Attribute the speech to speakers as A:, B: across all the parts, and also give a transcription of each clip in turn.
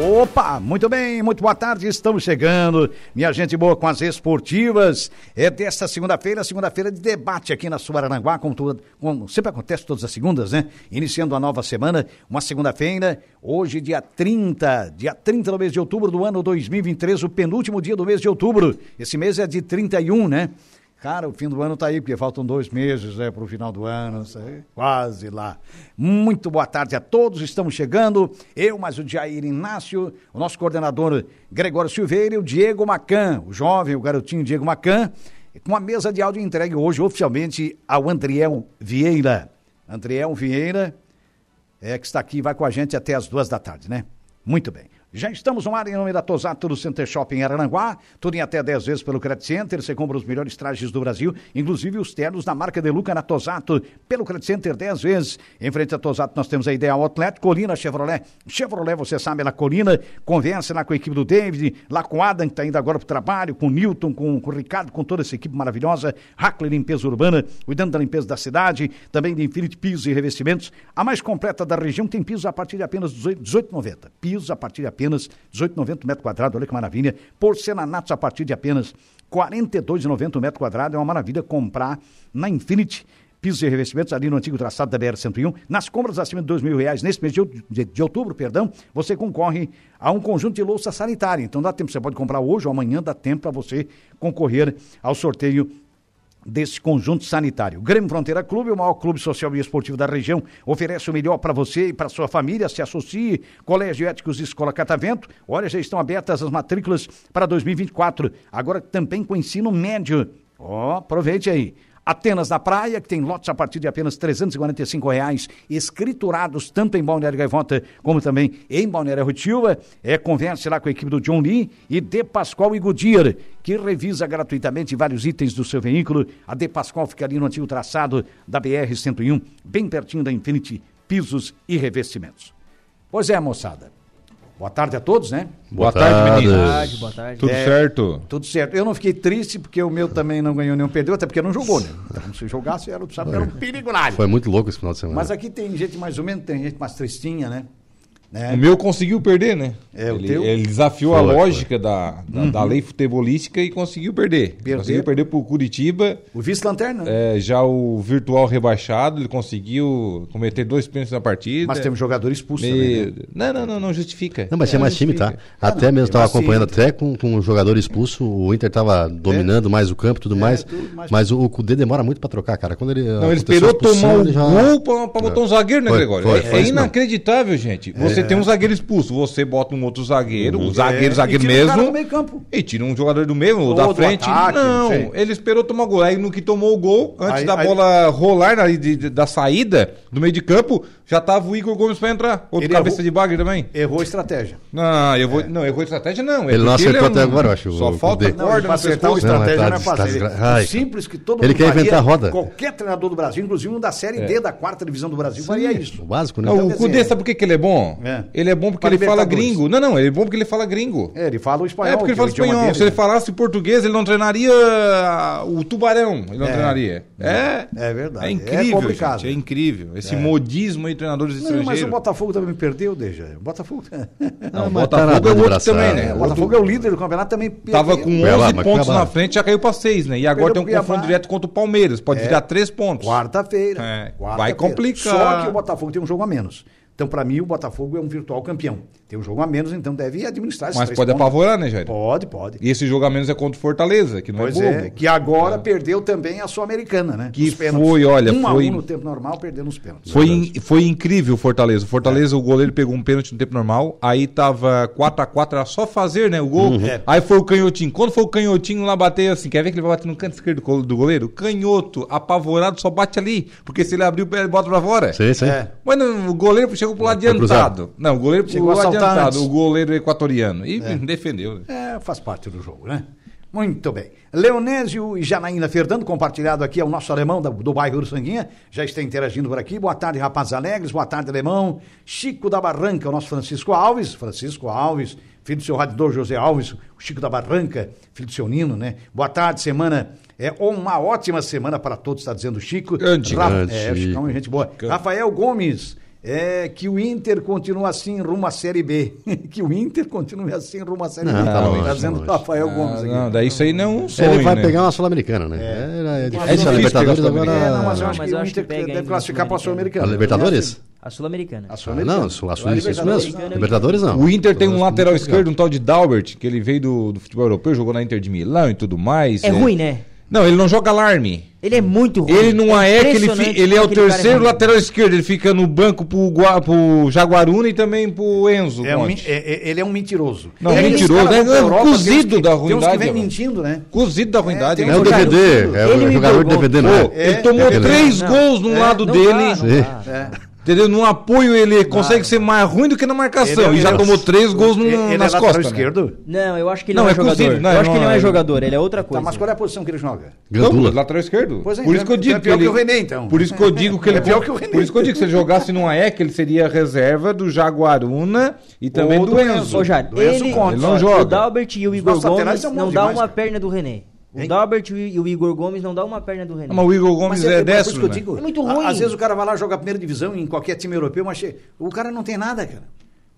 A: Opa, muito bem, muito boa tarde, estamos chegando, minha gente boa com as esportivas, é desta segunda-feira, segunda-feira de debate aqui na Suaranguá, como, tu- como sempre acontece todas as segundas, né? Iniciando a nova semana, uma segunda-feira, hoje dia 30, dia 30 do mês de outubro do ano 2023, o penúltimo dia do mês de outubro, esse mês é de 31, né? Cara, o fim do ano tá aí, porque faltam dois meses, né, pro final do ano, isso aí, quase lá. Muito boa tarde a todos, estamos chegando, eu mais o Jair Inácio, o nosso coordenador Gregório Silveira e o Diego Macan, o jovem, o garotinho Diego Macan, com a mesa de áudio entregue hoje oficialmente ao Andriel Vieira. Andriel Vieira, é, que está aqui e vai com a gente até as duas da tarde, né? Muito bem. Já estamos no ar em nome da Tosato do Center Shopping em Arananguá, tudo em até 10 vezes pelo Credit Center, você compra os melhores trajes do Brasil, inclusive os ternos da marca Deluca na Tosato, pelo Credit Center 10 vezes. Em frente à Tosato nós temos a Ideal Outlet, Colina Chevrolet. Chevrolet, você sabe, é na Colina, conversa lá com a equipe do David, lá com o Adam, que está indo agora para o trabalho, com o Newton, com, com o Ricardo, com toda essa equipe maravilhosa, Hackler Limpeza Urbana, cuidando da limpeza da cidade, também de Infinity Pisos e Revestimentos, a mais completa da região tem pisos a partir de apenas 18 18,90. Pisos a partir de apenas 18,90 metro quadrado, olha que maravilha. Porcelanatos a partir de apenas 42,90 metro quadrado, é uma maravilha comprar na Infinity pisos e revestimentos ali no antigo traçado da BR-101. Nas compras acima de dois mil reais nesse mês de, out- de- de outubro, perdão, você concorre a um conjunto de louça sanitária. Então dá tempo, você pode comprar hoje ou amanhã, dá tempo para você concorrer ao sorteio desse conjunto sanitário. O Grêmio Fronteira Clube, o maior clube social e esportivo da região, oferece o melhor para você e para sua família. Se associe, Colégio Éticos e Escola Catavento. Olha, já estão abertas as matrículas para 2024, agora também com ensino médio. Ó, aproveite aí. Atenas na Praia, que tem lotes a partir de apenas R$ 345 reais, escriturados tanto em Balneário Gaivota como também em Balneário Rotilva. É, converse lá com a equipe do John Lee e De Pascoal e Goodyear, que revisa gratuitamente vários itens do seu veículo. A De Pascoal fica ali no antigo traçado da BR-101, bem pertinho da Infinity Pisos e Revestimentos. Pois é, moçada. Boa tarde a todos, né?
B: Boa tarde, meninos.
C: Boa tarde, boa tarde.
B: Tudo
A: É.
B: certo?
A: Tudo certo. Eu não fiquei triste porque o meu também não ganhou nenhum perdeu, até porque não jogou, né? Então, se jogasse, era, sabe, era um perigo na área.
D: Foi muito louco esse final de semana.
A: Mas é aqui tem gente mais ou menos, tem gente mais tristinha, né?
B: O
A: né?
B: meu conseguiu perder, né?
A: É, o
B: ele,
A: teu?
B: ele desafiou a
D: Foi, Uhum.
B: lógica Da, da, da lei futebolística e conseguiu perder.
A: Perdeu.
B: Conseguiu perder pro Curitiba.
A: O vice-lanterna. né?
B: é, já o virtual rebaixado, ele conseguiu cometer dois pênaltis na partida.
A: Mas temos jogador expulso também.
B: é.
A: né?
B: Meio- Não, não, não, não justifica.
D: Não, mas tinha
B: Não
D: mais time, tá?
B: justifica.
D: Até
A: É, não,
D: mesmo
A: tem
D: estava
A: mais time,
D: acompanhando
A: tá?
D: até com, com o jogador expulso, o Inter estava dominando mais o campo e tudo mais.
A: É, tudo mais-
D: Mas o, o Cudê demora muito para trocar, cara. Quando ele
B: Não, ele
D: aconteceu
B: esperou
D: a expulsão,
B: tomar o
D: ele já- É.
B: gol pra, pra botar um zagueiro, né,
D: Foi,
B: Gregório?
D: foi,
B: é
D: foi isso mesmo.
B: inacreditável, gente. Você tem um zagueiro expulso, você bota um outro zagueiro, o zagueiro,
A: É,
B: zagueiro
A: e tira o cara
B: mesmo.
A: do meio campo.
B: E tira um jogador do mesmo, ou
A: Ou
B: da
A: do
B: frente.
A: ataque, não
B: não,
A: sei.
B: ele esperou tomar gol. Aí no que tomou o gol, antes
A: Aí-
B: da
A: aí-
B: bola rolar na- de- de- da saída, do meio de campo, já tava o Igor Gomes pra entrar. Outro
A: Ele
B: cabeça
A: errou.
B: de bagre também.
A: Errou a estratégia.
B: Não, eu vou. Não, errou a estratégia, não. É
D: Ele não
B: porque
D: acertou
B: é
D: até agora, eu acho,
B: Só
D: o
B: falta
D: Kudê.
A: Não,
B: corda
A: ele pra
B: no
A: acertar uma
B: pescoço.
D: Não,
A: estratégia
D: tá
A: não é fácil.
D: desgra-
A: Ele-
D: Ai,
A: o simples que todo
D: ele
A: mundo
D: quer
A: faria,
D: inventar roda.
A: Qualquer treinador do Brasil, inclusive um da Série
B: É.
A: D da quarta divisão do Brasil, faria isso.
D: O básico, né?
B: Não,
A: Então,
B: o
A: quer
B: Kudê,
A: dizer,
B: sabe por que, que ele é bom?
A: É.
B: Ele é bom porque
A: Pra
B: ele fala
A: Libertadores.
B: gringo. Não, não, ele é bom porque ele fala gringo.
A: É, ele fala o espanhol.
B: É porque ele
A: que é o
B: fala
A: idioma
B: espanhol.
A: dele,
B: Se ele
A: né?
B: falasse português, ele não treinaria ah, o tubarão. Ele não
A: É.
B: treinaria. É,
A: É verdade.
B: É
A: É
B: incrível,
A: complicado.
B: gente, É incrível. Esse modismo aí de treinadores
A: Não,
B: estrangeiros.
A: mas o Botafogo também perdeu, Deja. O Botafogo.
B: o
D: Não, mas
B: Botafogo
D: tá na
B: é
D: dor de
B: outro
D: braçar,
B: também, né?
A: É, o
B: outro-
A: Botafogo é o líder do campeonato também perdeu.
B: Tava com
D: Cuiabá,
B: 11
D: mas
B: pontos
D: Cuiabá.
B: na frente, já caiu pra 6, né? E
A: Perdeu
B: agora tem um
A: pro Cuiabá. É.
B: confronto direto contra o Palmeiras. Pode virar 3 pontos.
A: Quarta-feira.
B: É,
A: Quarta-feira.
B: vai complicar.
A: Só que o Botafogo tem um jogo a menos. Então, para mim, o Botafogo é um virtual campeão. Tem um jogo a menos, então deve administrar esses
B: Mas
A: três
B: pode
A: pontos.
B: apavorar, né, Jair?
A: Pode, pode.
B: E esse jogo a menos é contra o Fortaleza, que não
A: Pois
B: é bobo.
A: é, que agora perdeu também a Sul-Americana, né?
B: Que
A: Nos pênaltis.
B: foi, olha,
A: um
B: foi-
A: a um no tempo normal, perdendo os pênaltis.
B: Foi, in- foi incrível o Fortaleza. O Fortaleza,
D: É.
B: o goleiro pegou um pênalti no tempo normal. Aí tava 4x4, era só fazer, né? O gol.
D: Uhum.
A: É.
B: Aí foi o canhotinho. Quando foi o canhotinho lá bater assim, quer ver que ele vai bater no canto esquerdo do gol- do goleiro? Canhoto, apavorado, só bate ali. Porque se ele abrir o pé, ele bota pra fora.
D: Sim, sim.
A: É.
B: Mas não, o goleiro chegou pro lado
D: Foi
B: adiantado. Não, o goleiro
A: Chegou
B: chegou pro lado
A: a saltar
B: adiantado.
A: antes.
B: O goleiro equatoriano. E defendeu, né?
A: É, faz parte do jogo, né? Muito bem. Leonésio e Janaína Fernando, compartilhado aqui, é o nosso alemão da- do bairro Sanguinha, já está interagindo por aqui. Boa tarde, rapazes alegres, boa tarde, alemão. Chico da Barranca, o nosso Francisco Alves, Francisco Alves, filho do seu radiador José Alves, o Chico da Barranca, filho do seu Nino, né? Boa tarde, semana, é uma ótima semana para todos, está dizendo o Chico.
B: Grande,
A: Ra-
D: grande
A: É, o
D: Chico.
A: Chicão é gente boa. Rafael Gomes, é,
E: é, que o Inter continua assim rumo à Série B. que o Inter continue assim rumo à Série
D: Não,
E: B.
D: tá longe,
E: Tá
D: tá
E: dizendo o
D: longe.
E: Rafael Gomes
B: Ah,
E: aqui.
B: não, daí isso aí não é um sonho,
D: Ele vai
B: né?
D: pegar uma Sul-Americana, né? É, é, difícil.
B: difícil
D: a Libertadores
B: pegar a
D: agora.
E: É, não, mas eu
F: Não,
E: acho
F: mas
E: que
F: eu
E: o
F: acho que
E: Inter
F: pega ainda
E: deve
F: a
E: classificar para a
F: Sul-Americana.
E: Sul-Americana.
D: A Libertadores?
F: A Sul-Americana.
E: A
D: Ah,
E: Sul-Americana. É
D: não, a Sul- a Sul- isso
E: Libertadores.
D: mesmo.
A: é
D: Libertadores não.
B: O Inter tem um
D: Libertadores
B: lateral
D: não.
B: esquerdo, um tal de Dalbert, que ele veio do, do futebol europeu, jogou na Inter de Milão e tudo mais.
F: É ruim, né?
B: Não, ele não joga alarme.
F: Ele é muito ruim.
B: Ele não é, que ele,
F: impressionante
B: fi- ele é o
F: como aquele cara
B: terceiro
F: ruim.
B: lateral esquerdo. Ele fica no banco pro, Gua- pro Jaguaruna e também pro Enzo.
E: É um
B: Conte.
E: men- é- é- ele é um mentiroso.
B: Não,
E: é
B: mentiroso,
E: aqueles caras
B: né?
E: da Europa,
B: Cozido
E: aqueles que-
B: da
E: Tem uns que
B: ruindade,
E: vem
B: mano.
E: mentindo, né?
B: Cozido da ruindade.
E: tem
B: né?
D: É o
E: Ele me
D: DVD, é
F: pegou.
D: o jogador de DVD, não é?
E: É,
B: Ele tomou
D: é,
B: três
F: não.
B: gols no lado
F: Não
B: dele.
F: dá, não
D: Sim.
F: dá.
E: É.
B: Entendeu? No apoio ele consegue ser mais ruim do que na
E: Ele é-
B: marcação. e
E: ele
B: já
E: é-
B: tomou três gols no-
E: ele- ele é
B: nas
E: lateral
B: costas. né?
E: esquerdo?
F: Não, eu acho que ele
B: Não,
F: não, é,
B: é
F: jogador.
B: possível. Não,
F: eu acho que ele não
B: não,
F: é
B: é-
F: jogador, ele é outra
E: Tá,
F: coisa.
E: mas qual é a posição que ele joga?
B: Gandula.
D: Gandula.
B: lateral esquerdo.
E: Pois é,
B: por isso que eu
E: é
B: digo
E: pior que o René, então.
B: Por isso que eu digo que ele
E: É pior que o René.
B: Por isso que eu digo que se ele jogasse no AEC, ele seria reserva do Jaguaruna e também
E: Ou
B: do,
E: do
B: Enzo.
F: Ô, Jade,
E: Do Enzo
F: ele,
E: Conte.
B: Ele não
F: ó,
B: joga.
F: o Dalbert e o Igor
E: nossos laterais
F: Gomes
E: são bons
F: não dá
E: demais,
F: uma
E: cara.
F: perna do René. O
E: Hein?
F: Dalbert e o Igor Gomes não dá uma perna do René.
B: Mas o Igor Gomes é,
E: dessa.
B: destro, né?
F: É muito ruim.
E: Às vezes o cara vai lá jogar primeira divisão em qualquer time europeu, mas che- o cara não tem nada, cara.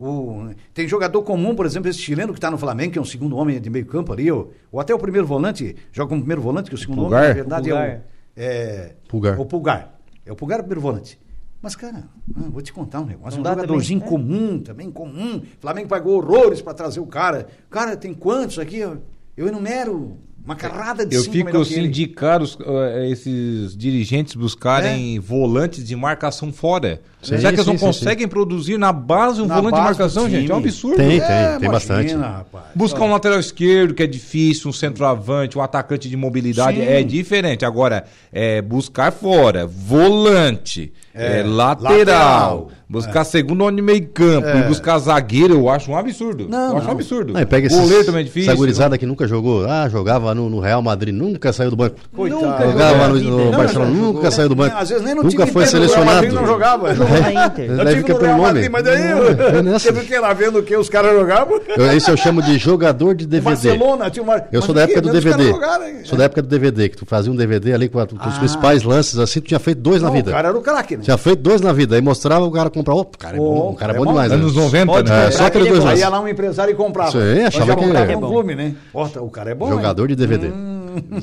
E: O- tem jogador comum, por exemplo, esse chileno que está no Flamengo, que é um segundo homem de meio campo ali, ou, ou até o primeiro volante, joga como primeiro volante, que o segundo
B: Pulgar?
E: homem, na verdade,
F: Pulgar.
E: é o. É,
D: Pulgar.
E: O Pulgar. É o Pulgar o primeiro volante. Mas, cara, ah, vou te contar um negócio.
F: Não
E: um
F: dá
E: jogadorzinho
F: também, né?
E: comum, também comum. Flamengo pagou horrores para trazer o cara. Cara, tem quantos aqui? Eu, eu enumero uma carrada de
B: Eu
E: cinco
B: fico
E: melhor que
B: assim,
E: ele.
B: indicar os, ah, esses dirigentes buscarem volantes de marcação fora.
D: Sim,
B: Já que eles
D: sim,
B: não
D: sim,
B: conseguir produzir na base um
E: Na
B: volante
E: base
B: de
E: do
B: marcação,
E: time.
B: gente? É um absurdo.
D: Tem, tem,
E: É,
D: tem bastante.
E: rapaz.
B: Buscar um lateral esquerdo, que é difícil, um centroavante, um atacante de mobilidade,
E: Sim.
B: é diferente. Agora, é buscar fora, volante, é, lateral,
E: lateral,
B: buscar segundo homem de meio campo e buscar zagueiro, eu acho um absurdo.
E: Não,
B: eu acho
E: não.
B: um absurdo.
D: Aí pega esses,
B: Goleiro também é difícil.
D: Essa
E: né?
D: gurizada que nunca jogou. Ah, jogava no, no Real Madrid, nunca saiu do banco.
E: Coitado.
F: Nunca
D: Jogava
F: jogou
D: no,
F: na
D: no
F: vida.
E: Não,
D: Barcelona,
E: já jogou.
D: nunca saiu do
E: Nem-
D: banco.
E: às vezes nem no
D: nunca
E: time
D: foi
E: inteiro do Real
D: selecionado.
E: Madrid não jogava.
F: Jogou na Inter.
D: Daí
E: tive
D: fica
E: no
D: é pelo
E: Real
D: nome.
E: Madrid, mas daí
D: É, é
E: eu,
D: nessas.
E: você viu que lá vendo o que os caras jogavam?
D: Eu, isso eu chamo de jogador de DVD.
E: Barcelona tinha uma...
D: Eu
E: mas
D: sou da
E: o quê?
D: época do
E: Menos os
D: DVD.
E: caras jogaram, hein?
D: Sou da época do DVD, que tu fazia um DVD ali com, a- com os
E: Ah.
D: principais lances, assim, tu tinha feito dois na
E: Não, O
D: vida.
E: cara era o craque, né?
D: Tinha feito dois na vida. Aí mostrava o cara comprar. Opa, o cara é bom, o cara é bom demais. né?
B: Anos 90,
F: Pode
B: né?
D: É, só aqueles dois
E: Aí ia
D: lances.
E: lá um empresário e comprava.
D: Isso aí, achava
E: Nós já
D: que-
E: montava
F: É
E: um
F: bom.
E: clube, né? Ó, o cara é bom, Hum,
D: Jogador de DVD.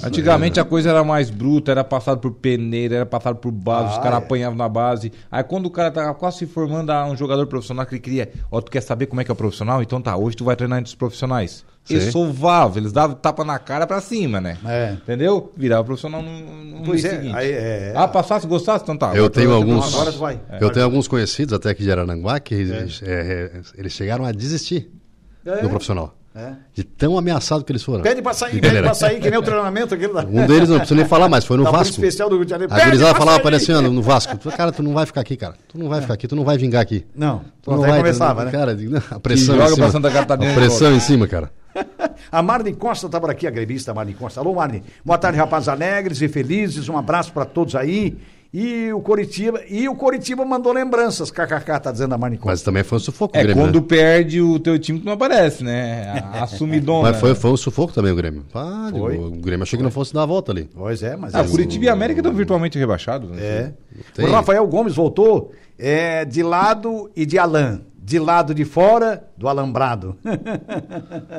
B: Antigamente a coisa era mais bruta, era passado por peneira, era passado por base, os
E: Ah,
B: caras
E: é.
B: apanhavam na base. Aí quando o cara tava quase se formando a um jogador profissional que ele queria, ó, tu quer saber como é que é o profissional? Então tá, hoje tu vai treinar entre os profissionais. Eles
D: Sim.
B: sovavam, eles davam tapa na cara pra cima, né?
E: É.
B: Entendeu? Virava profissional no, no
E: Pois
B: mês
E: é,
B: seguinte.
E: aí é-
B: Ah, passasse, gostasse, então tá.
D: Eu
B: agora tu
D: tenho
B: vai treinar
D: alguns.
E: agora tu vai.
D: Eu tenho alguns conhecidos até aqui de Araranguá que eles- é, é, eles chegaram a desistir
E: É.
D: do profissional.
E: É.
D: De tão ameaçado que eles foram.
E: Pede pra sair,
D: De
E: pede
D: peneira.
E: pra sair, que nem o treinamento aquele da...
D: Um deles não precisa nem falar mais, foi no
E: da Polícia
D: Vasco.
E: especial do Rio de Janeiro.
D: A
E: Pede
D: gurizada
E: pra
D: falava,
E: sair! É.
D: parecia ano, no Vasco. Tu- Cara, tu não vai ficar aqui, cara. Tu não vai ficar aqui, tu não vai vingar aqui.
E: Não,
D: Tu não
E: até
D: vai, tu
E: começava,
D: não-
E: né?
D: Cara, digo, não, a pressão
B: joga
D: em cima.
B: pra Santa Catarina
D: a
B: e
D: pressão em cima, cara.
E: A Marne Costa tá por aqui, a grevista Marne Costa. Alô, Marne. Boa tarde, rapazes alegres e felizes. Um abraço para todos aí. E o Coritiba, e o Coritiba mandou lembranças. KKK tá dizendo a Marne Costa.
D: Mas também foi um sufoco
B: É,
D: o Grêmio.
B: quando
D: né?
B: perde o teu time, tu não aparece, né? A- a sumidona.
D: Mas foi, foi um sufoco também o Grêmio. Ah, digo,
E: Foi.
D: o Grêmio achei que não fosse dar a volta ali.
E: Pois é, mas
B: Ah,
E: é-
B: Curitiba e América estão virtualmente rebaixados. Né?
E: é.
D: Tem.
E: O Rafael Gomes voltou é, de lado e de Alain. De lado de fora do alambrado.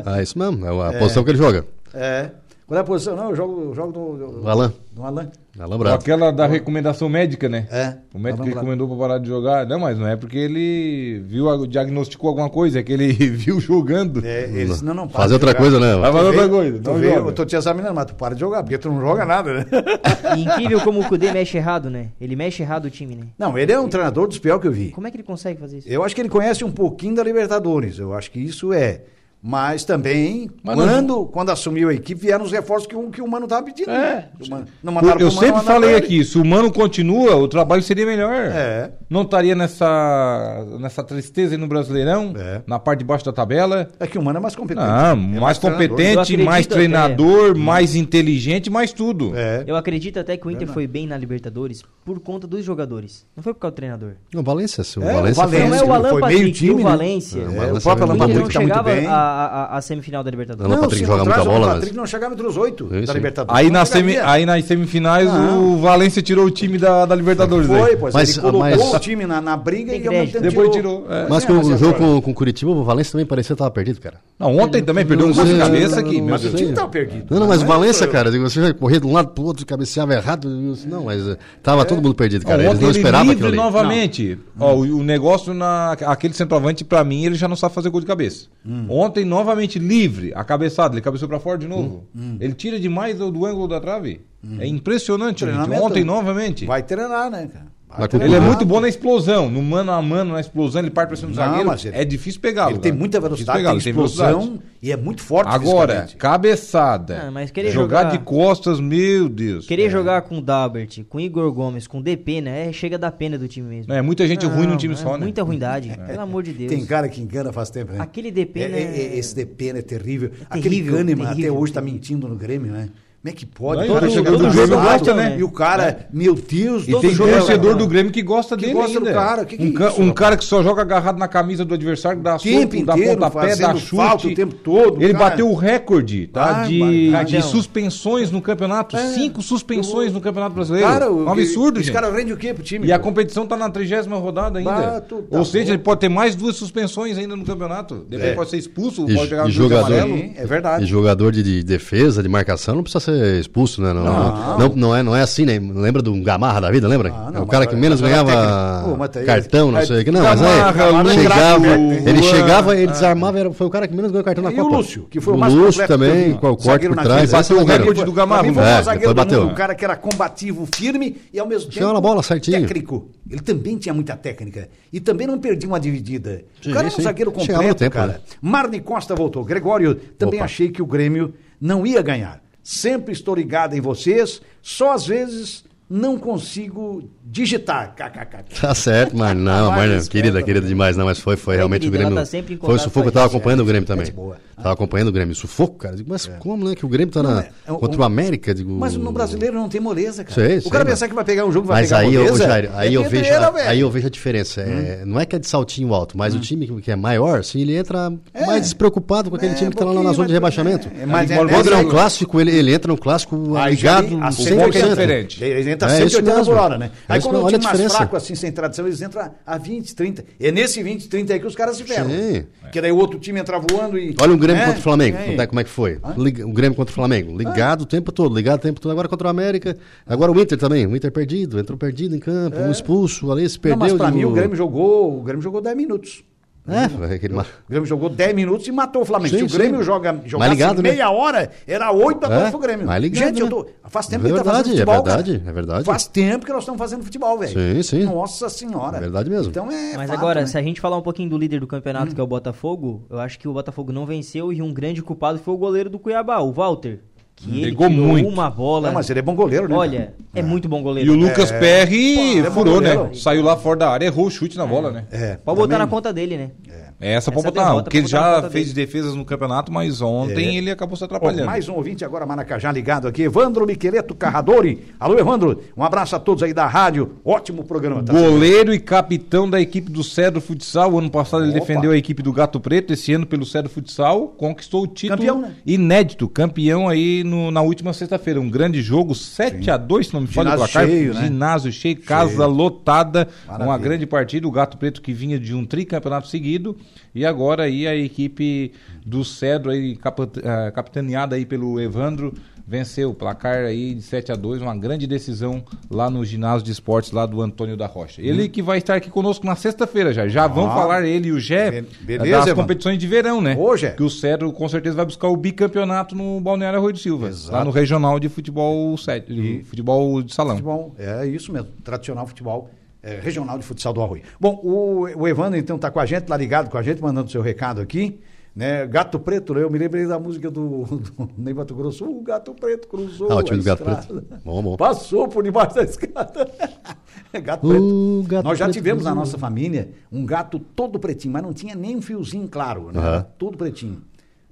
D: Ah, isso mesmo, é a posição que ele joga.
E: é. Qual é a posição? Não, eu jogo, eu jogo no,
D: O Alain,
E: no Alain.
D: Alain
B: Com
D: Bravo.
B: aquela da recomendação médica, né?
E: É.
B: O médico
E: Vamos lá.
B: recomendou pra parar de jogar. Não, mas não é porque ele viu, a- diagnosticou alguma coisa, é que ele viu jogando.
E: É, ele disse, não, não, para
D: Fazer
E: de
D: outra
E: jogar.
D: coisa,
B: Vai
D: né?
B: fazer outra
E: Vê-
B: coisa.
E: tu
B: não
E: vê,
B: joga.
E: eu tô te examinando, mas tu para de jogar, porque tu não joga nada, né?
F: E incrível como o Kudê mexe errado, né? Ele mexe errado o time, né?
E: Não, ele é um treinador dos piores que eu vi.
F: Como é que ele consegue fazer isso?
E: Eu acho que ele conhece um pouquinho da Libertadores, eu acho que isso é. Mas também,
B: Mas não-
E: quando, quando assumiu a equipe, vieram os reforços que, o- que o Mano estava pedindo. né? O Mano- não mandaram
B: Eu
E: pro Mano,
B: sempre
E: mandaram
B: falei
E: pra ele.
B: aqui, se o Mano continua, o trabalho seria melhor.
E: É.
B: Não estaria nessa, nessa tristeza aí no Brasileirão,
E: É.
B: na parte de baixo da tabela.
E: É que o Mano é mais competente.
B: Não,
E: É
B: Ah, mais,
E: treinador.
F: Eu
B: competente,
F: acredito
B: mais
F: até.
B: treinador, mais inteligente, mais tudo.
E: É.
F: Eu acredito até que o Inter foi bem na Libertadores por conta dos jogadores. Não foi por causa do treinador.
D: Não, Valência, sim. o
E: É, o
D: Valência,
E: Valência.
D: foi-
F: não é o
E: foi
F: Alan
E: meio
F: Patrick,
E: time,
F: o
E: né?
F: Valência.
D: É,
E: É, o
D: Balança
E: próprio
D: também
E: Alan
F: O Inter
D: muito
E: Patrick
F: não
E: está muito
F: chegava
E: bem.
F: a a, a- a semifinal da Libertadores.
D: Não, o Patrick joga muita bola,
E: O
D: mas-
E: Patrick não chegava entre os oito
D: Isso,
E: da
D: sim.
E: Libertadores.
B: Aí,
E: Não
B: na semi,
E: chegaria.
B: aí nas semifinais o Valência tirou o time da, da Libertadores. né?
E: Foi,
B: aí.
E: pois
D: Mas-
E: ele colocou
D: mas-
E: o time na, na briga
F: Tem
E: e ao mesmo
F: crédito.
E: tempo
B: Depois tirou, é.
D: Mas
E: É,
D: com o
E: é
D: jogo
E: claro.
D: com, com o Curitiba, o Valência também parecia que tava perdido, cara.
B: Não, ontem também perdeu um gol de
D: sei,
B: cabeça aqui.
D: não
B: meu
E: Mas o
B: Deus.
D: sei.
E: time tava perdido.
D: Não, não, mas o
E: é
D: Valência,
E: só-
D: cara, você vai correr de um lado pro outro, cabeceava errado. Não, mas eh, tava todo mundo perdido, cara.
B: Não,
D: Eles
B: ontem
D: não
B: ele
D: esperavam
B: livre
D: aquilo ali.
B: novamente. Ó, o, o negócio na aquele centroavante pra mim ele já não sabe fazer gol de cabeça.
E: Hum.
B: Ontem novamente livre, a cabeçada, ele cabeçou pra fora de novo.
E: Hum,
B: Ele tira demais do, do ângulo da trave. É impressionante, gente.
E: Treinamento.
B: Ontem novamente.
E: Vai treinar, né, cara?
D: Mas
E: Vai
D: com-
B: Ele
E: treinar.
B: é muito bom na explosão, no mano a mano, na explosão, ele parte pra cima do
E: Não,
B: zagueiro.
E: mas ele-
B: é difícil pegá-lo.
E: Ele tem
B: cara.
E: muita
B: Difícil
E: velocidade, tem
B: pegá-lo,
E: explosão
B: velocidade.
E: e é muito forte
B: Agora,
E: fisicamente.
B: cabeçada.
F: Ah, mas querer
B: jogar,
F: jogar-
B: de costas, meu Deus.
F: Querer
E: É.
F: jogar com o Dalbert, com o Igor Gomes, com o DP, né? É, chega da pena do time mesmo.
B: É muita gente ruim num
F: Não,
B: time
F: é
B: só, né?
F: Muita ruindade, pelo amor de Deus.
E: Tem cara que engana faz tempo, né?
F: Aquele DP,
E: É,
F: né?
E: é, é, esse DP é terrível. Aquele
F: terrível,
E: Kahneman até
F: terrível,
E: hoje tá
F: terrível.
E: mentindo no Grêmio, né? Como é que pode?
B: Não,
E: O cara
B: todo-
E: chega
B: todo
E: do
B: jogo
E: lado,
B: gosta, né?
E: E o cara, meu Deus
B: E
E: do
B: tem
E: céu,
B: torcedor
E: cara.
B: do Grêmio que gosta dele
E: né? gosta do
B: ainda.
E: cara, que que
B: um,
E: é
B: ca-
E: isso,
B: um
E: rapaz?
B: cara que só joga agarrado na camisa do adversário, dá
E: tempo
B: soco, dá pontapé,
E: inteiro
B: dá
E: fazendo
B: chute.
E: falta o tempo todo,
B: Ele
E: cara.
B: bateu o recorde tá,
E: Ai,
B: de,
E: barbaridade.
B: de suspensões no campeonato. Cinco suspensões no Campeonato Brasileiro.
E: Cara, o-
B: um absurdo,
E: Esse
B: gente.
E: cara rende o quê pro time?
B: E a
E: pô?
B: competição tá na trigésima rodada ainda.
E: Bah, tu tá
B: Ou seja,
E: louco.
B: ele pode ter mais duas suspensões ainda no campeonato. Depois
E: É.
B: pode ser expulso,
D: E-
B: pode pegar
D: e
B: um
D: jogador-
E: Sim, é verdade.
D: E jogador de, de defesa, de marcação, não precisa ser expulso, né? Não, não. não- não é, não é assim, né? Lembra do Gamarra da vida, lembra?
E: Ah, não,
D: é o
E: mas
D: cara que
E: vai-
D: menos
E: vai lá
D: ganhava
E: técnico. Pô, mas tá aí-
D: cartão, não
E: aí-
D: sei o que. Não, mas
B: Gamarra,
D: é,
B: Luan,
D: chegava,
B: Luan.
D: ele chegava, ele desarmava, era, foi o cara que menos ganhou cartão na
E: né? Ah. E o
D: Copa.
E: Lúcio, que foi o
D: o
E: mais
D: Lúcio
E: completo que eu
D: também,
E: vi.
D: com o corte
E: Zagueiro
D: por
E: na
D: trás. esse
E: frisa,
D: é
B: bateu
D: um
B: o
D: zagueiro.
B: recorde do Gamarra,
E: Pra mim, foi
D: é,
E: o zagueiro
D: depois
E: do mundo,
D: bateu.
E: um cara que era combativo, firme e ao mesmo tempo
D: Chegou na bola certinho.
E: técnico. Ele também tinha muita técnica e também não perdia uma dividida.
D: Sim,
E: o cara era um
D: sim.
E: zagueiro
D: Chegava
E: completo,
D: no tempo,
E: cara.
D: né?
E: Marne Costa voltou. Gregório, também
D: Opa.
E: achei que o Grêmio não ia ganhar. Sempre estou ligado em vocês, só às vezes não consigo digitar. KKK.
D: Tá certo, mas não,
E: Vai,
D: mas não,
E: respeita,
D: querida, querida
E: né?
D: demais, não, mas foi, foi
F: É,
D: realmente
F: querida,
D: o
F: ela
D: Grêmio.
F: tá sempre em
D: foi o
F: contato
D: sufoco,
F: com
D: eu
F: a
D: tava
F: gente,
D: acompanhando o Grêmio
E: gente
D: também.
E: boa.
D: Tava acompanhando o Grêmio. Sufoco, cara. Digo, mas como, né? Que o Grêmio tá na,
E: é- é um-
D: contra o América, digo.
E: Mas no brasileiro não tem moleza, cara.
D: Sei,
E: o
D: sei,
E: cara
D: mas-
E: pensar que vai pegar um jogo e vai
D: Mas
E: pegar
D: aí, eu,
E: moleza.
D: Jairo, aí,
E: é
D: eu vejo,
E: pedreira,
D: a-
E: velho. Hum.
D: aí eu vejo a diferença. É, não é que é de saltinho alto, mas o time que- que é maior, assim, ele entra mais despreocupado com aquele
E: É,
D: time que tá lá
E: pouquinho,
D: na zona de
E: mas-
D: rebaixamento.
E: é, mas é-
D: Quando entra
E: é-
D: no clássico, ele, ele entra no clássico
E: Aí já
D: ligado
E: ali, a é
D: 100%.
B: 100%.
E: Eles entram
D: É
E: a
D: isso
E: 180 por
D: mesmo.
E: hora, né?
D: É
E: Aí
D: isso
E: quando
D: mesmo,
E: o
D: olha a
E: time mais
D: diferença.
E: fraco, assim, sem tradição, eles entram a 20, 30. É nesse 20, 30 aí que os caras se ferram. É.
D: Sim.
E: Que daí o outro time entra voando e...
D: Olha o Grêmio
E: né?
D: contra o Flamengo,
E: E aí?
D: contar como é que foi. Liga- O Grêmio contra o Flamengo, ligado o tempo todo, ligado o tempo todo. Agora contra o América, agora o Inter também, o Inter perdido, entrou perdido em campo, um expulso, ali se
E: É. Não,
D: perdeu.
E: mas pra
D: digo-
E: mim o Grêmio jogou, o Grêmio jogou 10 minutos.
D: É, foi aquele mar-
E: O Grêmio jogou 10 minutos e matou o Flamengo.
D: Sim,
E: Se o Grêmio
D: sim.
E: joga,
D: Mais
E: jogasse
D: ligado, né?
E: meia hora, era 8 a
D: É,
E: 2 pro Grêmio.
D: mais ligado,
E: Gente, eu
D: né?
E: tô, faz tempo
D: É
E: que ele tá fazendo
D: verdade, é
E: futebol,
D: verdade,
E: cara.
D: é verdade.
E: Faz tempo que nós estamos fazendo futebol, velho.
D: Sim, sim.
E: Nossa senhora.
D: É verdade mesmo.
E: Então é
F: Mas
E: fato,
F: agora,
E: né?
F: se a gente falar um pouquinho do líder do campeonato, que é o Botafogo, eu acho que o Botafogo não venceu e um grande culpado foi o goleiro do Cuiabá, o Walter. Que ele
B: Pegou
F: tirou
B: muito.
F: uma bola.
E: Não, mas ele é bom goleiro, né?
F: Olha, é muito bom goleiro.
B: E o Lucas Perry
E: É. Pô,
B: furou, né?
E: goleiro.
B: Saiu lá fora da área, errou o chute na bola, né?
E: É,
F: Pode botar
E: também-
F: na conta dele, né?
E: É.
B: É Essa pode
F: Essa
B: botar,
F: derrota
B: porque ele
F: pode botar na
B: já
F: conta
B: fez defesas no campeonato, mas
E: É.
B: ontem ele acabou se
E: Ó,
B: atrapalhando.
E: mais um ouvinte agora, Maracajá, ligado aqui. Evandro Miqueleto Carradori. Alô, Evandro. Um abraço a todos aí da rádio. Ótimo programa. tá?
B: Goleiro e capitão da equipe do Cedro Futsal. O ano passado ele
E: Opa.
B: defendeu a equipe do Gato Preto. Esse ano, pelo Cedro Futsal, conquistou o título
E: Campeão, né?
B: inédito. Campeão aí no- na última sexta-feira. Um grande jogo, 7x2, se não me falha o
E: Ginásio
B: placar.
E: cheio, né?
B: Ginásio cheio, casa lotada. Uma
E: Maravilha.
B: grande partida. O Gato Preto que vinha de um tricampeonato seguido. E agora aí a equipe do Cedro, aí, capit- ah, capitaneada aí pelo Evandro. Venceu o placar aí de 7 a 2 uma grande decisão lá no ginásio de esportes lá do Antônio da Rocha. Ele que vai estar aqui conosco na sexta-feira já. Já vão
E: Hum. Ah.
B: falar ele e o Gé
E: Be-
B: das
E: beleza, Evandro.
B: competições de verão, né?
E: Ô, Gé.
B: Que o Cedro com certeza vai buscar o bicampeonato no Balneário Arroio do Silva, lá no regional de futebol, sete- futebol de salão.
E: Futebol, é isso mesmo. Tradicional futebol. é, regional de futsal do Arroio. Bom, o, o Evandro então tá com a gente, lá ligado com a gente, mandando seu recado aqui. Né? Gato Preto, né? eu me lembrei da música do, do Ney Mato Grosso. O Gato Preto cruzou.
D: Ah, o time
E: a
D: do Gato
E: estrada.
D: Preto. Bom, bom.
E: Passou por debaixo da escada. É Gato
D: O
E: Preto.
D: Gato
E: Nós já
D: Preto
E: tivemos na
D: cruzou.
E: nossa família um gato todo pretinho, mas não tinha nem um fiozinho claro, né?
D: Aham.
E: Era Todo pretinho.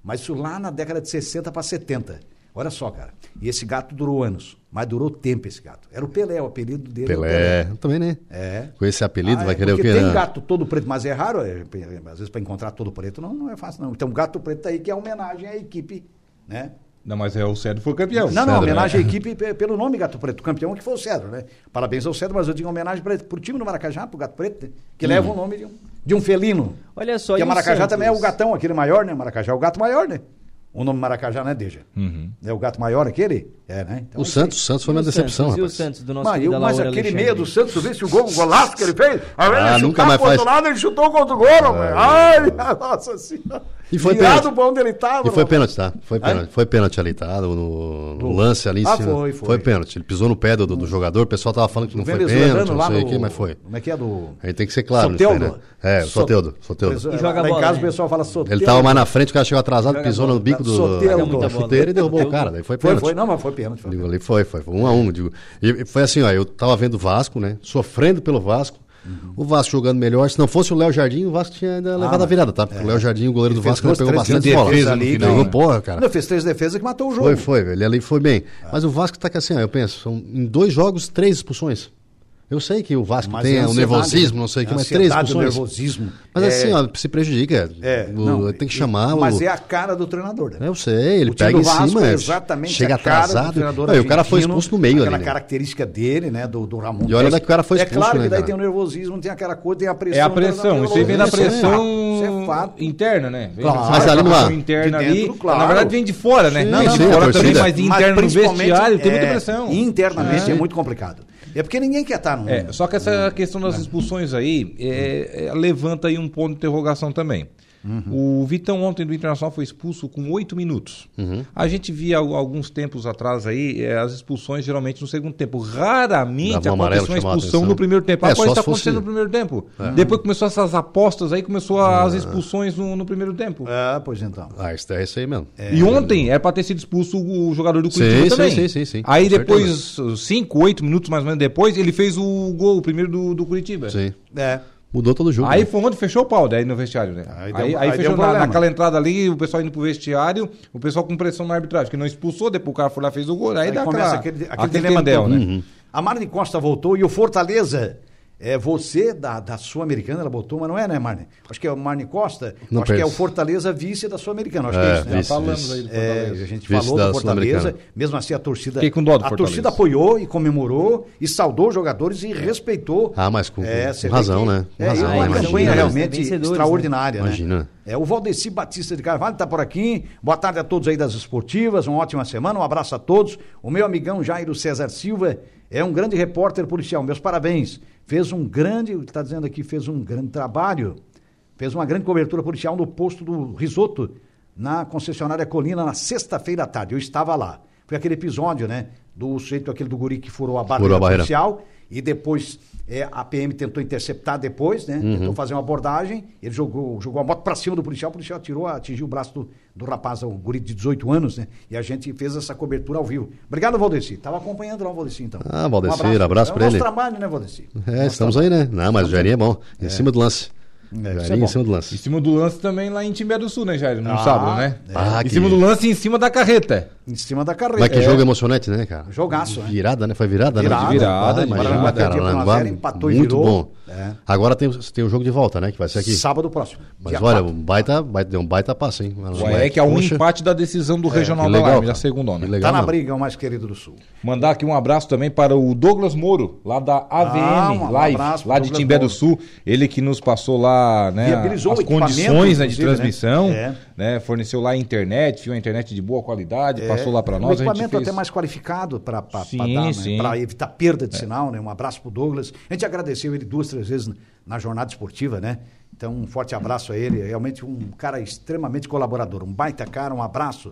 E: Mas isso lá na década de 60 para 70. Olha só, cara. E esse gato durou anos, mas durou tempo esse gato. Era o Pelé, o apelido dele. era o
D: Pelé. Também, né?
E: É.
D: Com esse apelido,
E: Ah,
D: vai
E: é
D: querer o
E: porque
D: quê?
E: Tem
D: né?
E: gato todo preto, mas é raro. é, é, às vezes, para encontrar todo preto, não, não é fácil, não. Então, gato preto tá aí que é homenagem à equipe, né?
B: Não, mas é o Cedro é. foi campeão.
E: não, não,
D: Cedro,
E: homenagem à equipe pe- pelo nome Gato Preto, campeão que foi o Cedro, né? Parabéns ao Cedro, mas eu digo homenagem para o time do Maracajá, pro Gato Preto, né? que leva o nome de um, de um felino.
F: Olha só,
E: Porque
F: e o
E: Maracajá
F: Santos?
E: também é o gatão, aquele maior, né? Maracajá é o gato maior, né? O nome Maracajá, né, Deja?
D: Uhum.
E: É o gato maior aquele? É, né? Então,
D: O Santos, o Santos foi uma
F: E o
D: decepção,
F: Santos? E o
D: rapaz.
F: Santos do nosso
E: mas,
F: querido
E: eu, mas
F: Alaor
E: aquele
F: Alexandre?
E: meio do Santos, tu viste o gol, o golaço que ele fez? Aí ele
D: Ah,
E: chutar
D: nunca mais
E: pro outro
D: faz. É.
E: lado, ele chutou contra o gol, rapaz. Ai, minha nossa senhora.
D: E foi
E: Virado
D: pênalti.
E: pra onde ele tava.
D: E foi
E: rapaz.
D: pênalti, tá? Foi
E: Hã?
D: pênalti, foi pênalti ali, tá? No, no- no lance ali em
E: Ah,
D: cima.
E: foi, foi. Hum.
D: pênalti. Ele pisou no pé do, do jogador, o pessoal tava falando que não foi
E: Venezuelano
D: pênalti, não
E: lá
D: sei o
E: no-
D: que, mas foi.
E: Como é que é do...
D: Aí tem que ser claro, nisso aí,
E: Soteldo.
D: né? É, o
E: So-
D: Soteudo, Soteudo.
E: Pessoa-
F: joga
E: lá
F: bola,
E: em casa
F: né?
E: o pessoal fala Soteldo.
D: Ele tava mais na frente, o cara chegou atrasado, pisou no bico do,
E: Soteldo.
D: da
E: Muita
F: bola.
D: chuteira e derrubou o cara. Daí foi
E: Foi,
D: pênalti.
E: foi, não, mas foi pênalti. foi
D: Digo,
E: pênalti.
D: ali foi, foi, foi um a um. Digo. E e foi assim, ó, eu tava vendo o Vasco, né? Sofrendo pelo Vasco.
E: Uhum.
D: O Vasco jogando melhor. Se não fosse o Léo Jardim, o Vasco tinha ainda levado a virada, tá? Porque o Léo Jardim, o goleiro do
E: Ah, é. Ele fez
D: Vasco, ainda
E: duas,
D: pegou
E: três
D: bastante
E: defesas
D: bola.
E: ali,
D: Pegou,
E: não, né?
D: porra, cara.
E: Não, É. fez três defesas que matou o jogo.
D: Foi, foi, velho. Ele ali foi bem. Mas o Vasco tá que assim, ó, eu penso, são em dois jogos, três expulsões. Eu sei que o Vasco
E: Mas
D: tem
E: é
D: o
E: ansiedade,
D: nervosismo, não sei o que,
E: é
D: mas três
E: ansiedade, o
D: expulsões.
E: nervosismo.
D: Mas
E: É.
D: assim, ó, se prejudica.
E: É,
D: O-
E: não,
D: tem que
E: e-
D: chamar o.
E: Mas é a cara do treinador, né?
D: Eu sei, ele
E: O time
D: pega
E: do
D: em
E: Vasco
D: cima.
E: é
D: é,
E: exatamente
D: chega
E: a cara do
D: atrasado.
E: treinador
D: Não, e o cara foi
E: argentino,
D: expulso no meio
E: Aquela
D: ali. né?
E: característica dele, né? Do, do Ramon.
D: E olha onde é que o cara foi
E: É
D: expulso,
E: claro que
D: né,
E: daí
D: cara?
E: tem o nervosismo, tem a cara cor, tem a pressão.
B: É a
E: da-
B: pressão.
E: da-
B: Isso aí vem da
E: Isso é fato,
B: pressão
E: Isso é fato.
B: interna, né? Vem
D: Claro.
B: da-
D: Mas ali não há-
B: interna
E: De dentro,
B: ali.
E: claro.
B: Na verdade vem de fora, né?
D: Sim,
B: não, não,
D: sim,
B: de
D: a
B: fora também,
D: torcida.
B: mas
E: Mas
B: interno no
E: principalmente,
B: vestiário tem muita
E: é,
B: pressão.
E: Internamente é. muito complicado. É porque ninguém quer estar num.
D: Hum.
B: É, só que essa questão das expulsões aí é, é, levanta aí um ponto de interrogação também.
D: Uhum.
B: O Vitão ontem do Internacional foi expulso com oito minutos.
D: Uhum.
B: A gente via al- alguns tempos atrás aí eh, as expulsões geralmente no segundo tempo. Raramente
D: Dava um amarelo,
B: aconteceu uma
D: chamava a
B: expulsão
D: atenção.
B: no primeiro tempo.
D: É,
B: Ah,
D: só
B: pode
D: se
B: estar
D: fosse- É.
B: acontecendo no primeiro tempo. Depois começou essas apostas aí, começou as expulsões no, no primeiro
D: É.
B: tempo.
E: Ah, pois então.
D: Ah, isso é isso aí mesmo.
B: E ontem era para ter sido expulso o o jogador do
D: Sim,
B: Curitiba
D: sim,
B: também.
D: sim, sim, sim.
B: Aí
D: Com
B: depois, 5, 8 minutos mais ou menos depois, ele fez o gol, o primeiro do, do Curitiba.
D: Sim.
E: É.
D: Mudou todo o jogo.
B: Aí
D: né?
B: foi onde fechou o pau, daí no vestiário, né?
E: Aí
B: Aí,
E: deu-
B: aí
E: aí deu
B: fechou na-
E: problema.
B: naquela entrada ali, o pessoal indo pro vestiário, o pessoal com pressão na arbitragem, que não expulsou, depois o cara foi lá e fez o gol, aí,
E: Aí
B: dá
E: começa
B: aquela,
E: aquele, aquele,
B: aquele
E: dilema
B: tendel,
E: todo,
B: né?
E: A Marne Costa voltou e o Fortaleza. É você da, da Sul-Americana, ela botou, mas não é, né, Marne? Acho que é o Marne Costa,
D: Não
E: acho que é
D: penso.
E: o Fortaleza vice da Sul-Americana. Acho que é
D: É,
E: isso, né?
D: vice,
B: Falamos
D: vice.
B: aí do
E: É,
B: Fortaleza.
E: a
D: Vice
E: gente falou
D: da
E: do Fortaleza,
D: Sul-Americana.
E: mesmo assim a torcida.
B: Fiquei com dó do
E: a
B: Fortaleza.
E: torcida apoiou e comemorou e saudou os jogadores e respeitou.
D: Ah, mas com- com
E: você vê
D: razão, né? Com
E: é,
D: razão,
E: é uma
F: né?
E: campanha
F: Imagina, né?
E: realmente
F: Vencedores, né?
E: extraordinária, né?
D: Imagina.
E: É, o Valdeci Batista de Carvalho está por aqui. Boa tarde a todos aí das esportivas, uma ótima semana, um abraço a todos. O meu amigão Jairo César Silva é um grande repórter policial, meus parabéns. Fez um grande, está dizendo aqui, fez um grande trabalho, fez uma grande cobertura policial no posto do Risoto, na concessionária Colina, na sexta-feira à tarde. Eu estava lá. Foi aquele episódio, né? Do sujeito, aquele do guri que furou a barreira,
D: Furou a barreira.
E: policial policial, e depois eh, a PM tentou interceptar depois, né?
D: Uhum.
E: Tentou fazer uma abordagem, ele jogou, jogou a moto para cima do policial, o policial atirou, atingiu o braço do, do rapaz, o guri de 18 anos, né? E a gente fez essa cobertura ao vivo. Obrigado, Valdeci. Tava acompanhando lá o Valdeci, então.
D: Ah, Valdeci, abraço
E: É o
D: pra
E: nosso
D: ele.
E: trabalho, né, Valdeci?
D: É, estamos aí, né? Não, mas o Jairinho é bom. Em cima do lance.
E: isso tá é
D: Jairinho
E: bom.
D: em cima do
B: Em
D: lance.
B: cima do lance também lá em Timbé do Sul, né, Jair? No
E: Ah,
B: sábado, né?
E: é.
D: Ah,
B: em
D: que-
B: cima do lance e em cima da carreta.
E: Em cima da carreira.
D: Mas que
E: É.
D: jogo emocionante, né, cara?
E: Jogaço, né?
D: Virada, né? Foi virada,
E: Virada,
D: né?
B: virada,
D: Ah, imagina,
E: Paranaguá
D: cara.
E: perdia por um a
D: Paranaguá,
E: zero, empatou e
D: muito
E: virou.
D: bom.
E: É.
D: Agora tem, tem o jogo de volta, né? Que vai ser aqui.
E: Sábado próximo.
D: Mas
E: dia
D: olha,
E: quatro.
D: um baita, baita, deu um baita passo, hein? Mas,
B: O é que é um
D: poxa,
B: empate da decisão
E: É,
B: do Regional
D: que
B: da
D: legal,
B: Alarme, da
D: cara.
B: segunda
D: que
B: onda.
D: legal,
E: Tá na
D: mano.
E: briga, o mais querido do Sul.
B: Mandar aqui um abraço também para o Douglas Moro, lá da
E: Ah,
B: AVM
E: um
B: Live,
E: abraço pro
B: lá de
E: Douglas
B: Timbé
E: Moro.
B: do Sul. Ele que nos passou lá né,
E: Viabilizou o
B: as
E: equipamento,
B: condições né, de
E: inclusive,
B: transmissão,
E: né?
B: né? forneceu lá a internet, viu a internet de boa qualidade, passou lá para
E: Um
B: nós. A gente
E: equipamento
B: fez...
E: até mais qualificado para
B: Sim, sim. É.
E: para né, evitar perda de sinal, né? Um abraço pro Douglas. A gente agradeceu ele duas, três vezes na jornada esportiva, né? Então, um forte abraço a ele. Realmente um cara extremamente colaborador. Um baita cara, um abraço.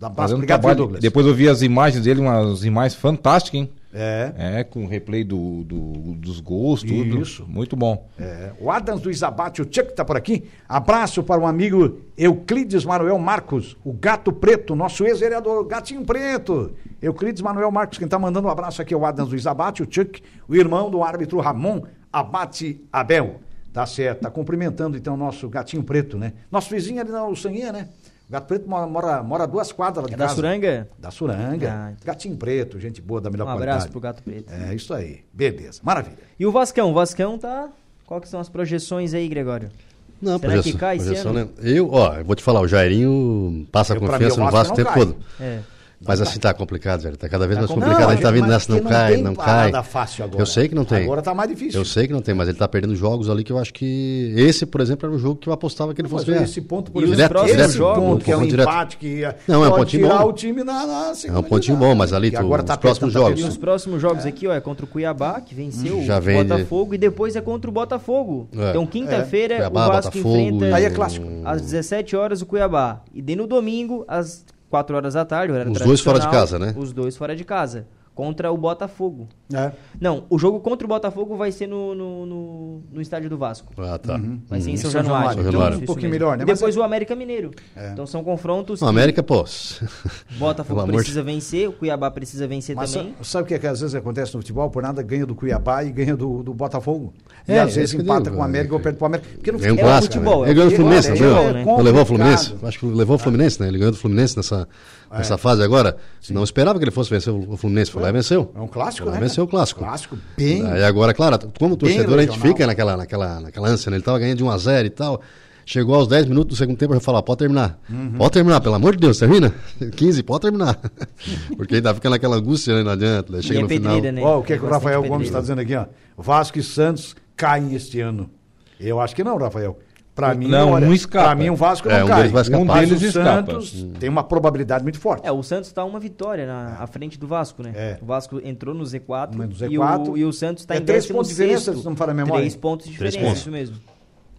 E: Um abraço.
B: fazendo
E: Obrigado,
B: trabalho.
E: viu, Douglas.
B: Depois eu vi as imagens dele, umas imagens fantásticas, hein?
E: É.
B: É, com replay do, do- dos gols, tudo.
E: Isso.
B: Muito bom.
E: É, o Adams do Isabate, o Chuck tá por aqui. Abraço para o amigo Euclides Manuel Marcos, o Gato Preto, nosso ex-vereador, o Gatinho Preto. Euclides Manuel Marcos, quem tá mandando um abraço aqui é o Adams do Isabate, o Chuck, o irmão do árbitro Ramon Abate Abel. Tá certo, tá cumprimentando então o nosso Gatinho Preto, né? Nosso vizinho ali na Luçanha, né? Gato Preto mora, mora, mora a duas quadras lá de
F: É da
E: casa.
F: Suranga?
E: Da Suranga.
F: Ah, então.
E: Gatinho Preto, gente boa da melhor
F: Um
E: qualidade.
F: abraço pro Gato Preto.
E: É isso aí. Beleza. Maravilha.
F: E o Vascão? O Vascão tá. Qual que são as projeções aí, Gregório?
D: Não,
F: Será que cai esse ano?
D: né? Eu, ó, eu vou te falar, o Jairinho passa
E: Eu, pra
D: confiança
E: mim, o
D: no
E: Vasco
D: Vasco o
E: não
D: tempo
E: cai.
D: todo.
F: É.
D: Mas assim tá complicado, velho. Tá cada vez
E: Tá
D: mais
E: complicado.
D: complicado. a gente tá
E: Não,
D: vendo
E: mas
D: nessa, não,
E: porque não
D: cai,
E: tem
D: não cai.
E: parada fácil agora.
D: Eu sei que não tem.
E: Agora tá mais difícil.
D: Eu sei que não tem, mas ele tá perdendo jogos ali que eu acho que. Esse, por exemplo, era um jogo que eu apostava que ele
E: Mas
D: fosse ganhar.
E: esse ponto, por
F: E os
E: exemplo,
F: próximos
E: esse
F: jogos?
E: ponto, que é um
D: Confronto direto.
E: empate que ia-
D: Não, é um
E: pode
D: pontinho
E: tirar
D: bom.
E: o time na, na
D: É um pontinho bom, mas ali
E: Que
D: tu-
E: agora
D: os
E: tá
D: próximos
E: apertando, tá
D: jogos.
F: E os próximos jogos aqui, ó, é contra o Cuiabá, que venceu
D: Hum. Já
F: o
D: vem de-
F: Botafogo, e depois é contra o Botafogo.
D: É.
F: Então, quinta-feira,
D: É.
F: o
D: Cuiabá,
F: Vasco
D: Botafogo
F: enfrenta.
E: Aí é clássico.
F: Às 17 horas, o Cuiabá. E daí no domingo, às 4 horas da tarde, horário
D: Os dois fora de
F: tradicional,
D: casa, né?
F: Os dois fora de casa. Contra o Botafogo.
E: É.
F: Não, o jogo contra o Botafogo vai ser no, no, no- no estádio do Vasco.
D: Ah, tá.
E: Uhum.
F: Vai ser em São,
E: São
F: Januário. Então,
E: Januário.
D: São Januário.
F: Isso,
E: Um pouquinho
F: isso mesmo.
E: melhor, né? É.
F: E
E: Mas
F: depois o América Mineiro. Então são confrontos.
D: O
F: que
D: América, pô.
F: Botafogo
D: Pelo amor
F: precisa vencer, o Cuiabá precisa vencer
E: Mas
F: também.
E: sa- sabe o que, é que às vezes acontece no futebol? Por nada ganha do Cuiabá e ganha do, do Botafogo. e
D: É,
E: às
D: é
E: vezes
D: isso que eu
E: empata
D: digo,
E: com o América
D: é.
E: ou perde pro América. Porque no
D: Ganhou um
E: futebol-
F: o
D: clássico.
F: futebol,
D: né?
F: é
D: Ele ganhou do
E: o
D: Fluminense, não
E: futebol,
D: ganhou?
E: é
D: Não levou o
E: complicado.
D: Fluminense? Acho que levou o Fluminense, né? Ele ganhou do Fluminense nessa, nessa fase agora. Não esperava que ele fosse vencer o o Fluminense. Foi lá e venceu.
E: É. É um clássico,
D: Foi lá
E: né?
D: e venceu o clássico. É.
E: Clássico bem.
D: Aí Né? agora, claro, como
E: Bem
D: torcedor, a gente
E: regional.
D: fica naquela, naquela, naquela ânsia, né? Ele tava ganhando de 1 a 0 e tal. Chegou aos 10 minutos do segundo tempo, eu já falava, pode terminar.
B: Uhum.
D: Pode terminar, pelo amor de Deus, termina. 15, pode terminar. Porque ainda fica naquela angústia, né? Não adianta. Daí chega
F: E é
D: no
F: pedreira,
D: final.
F: né?
E: Ó, o que, é que o
F: Bastante
E: Rafael
F: pedreiro.
E: Gomes está dizendo aqui, ó? Vasco e Santos caem este ano. Eu acho que não, Rafael. Para mim,
B: Não,
E: olha,
B: um escapa.
E: Pra mim, o Vasco não
D: É, um
E: cai.
D: deles vai escapar.
E: Mas
B: Um deles
E: o
B: escapa.
E: Santos tem uma probabilidade muito forte.
F: É, o Santos tá uma vitória na, à frente do Vasco, né?
E: É.
F: O Vasco entrou no Z4,
E: No Z4.
F: E, o, e o Santos tá
E: É
F: em
E: três pontos de
F: 16º.
E: diferença, se não me falha a memória.
F: Três pontos de
D: Três
F: diferença,
D: pontos.
F: isso mesmo.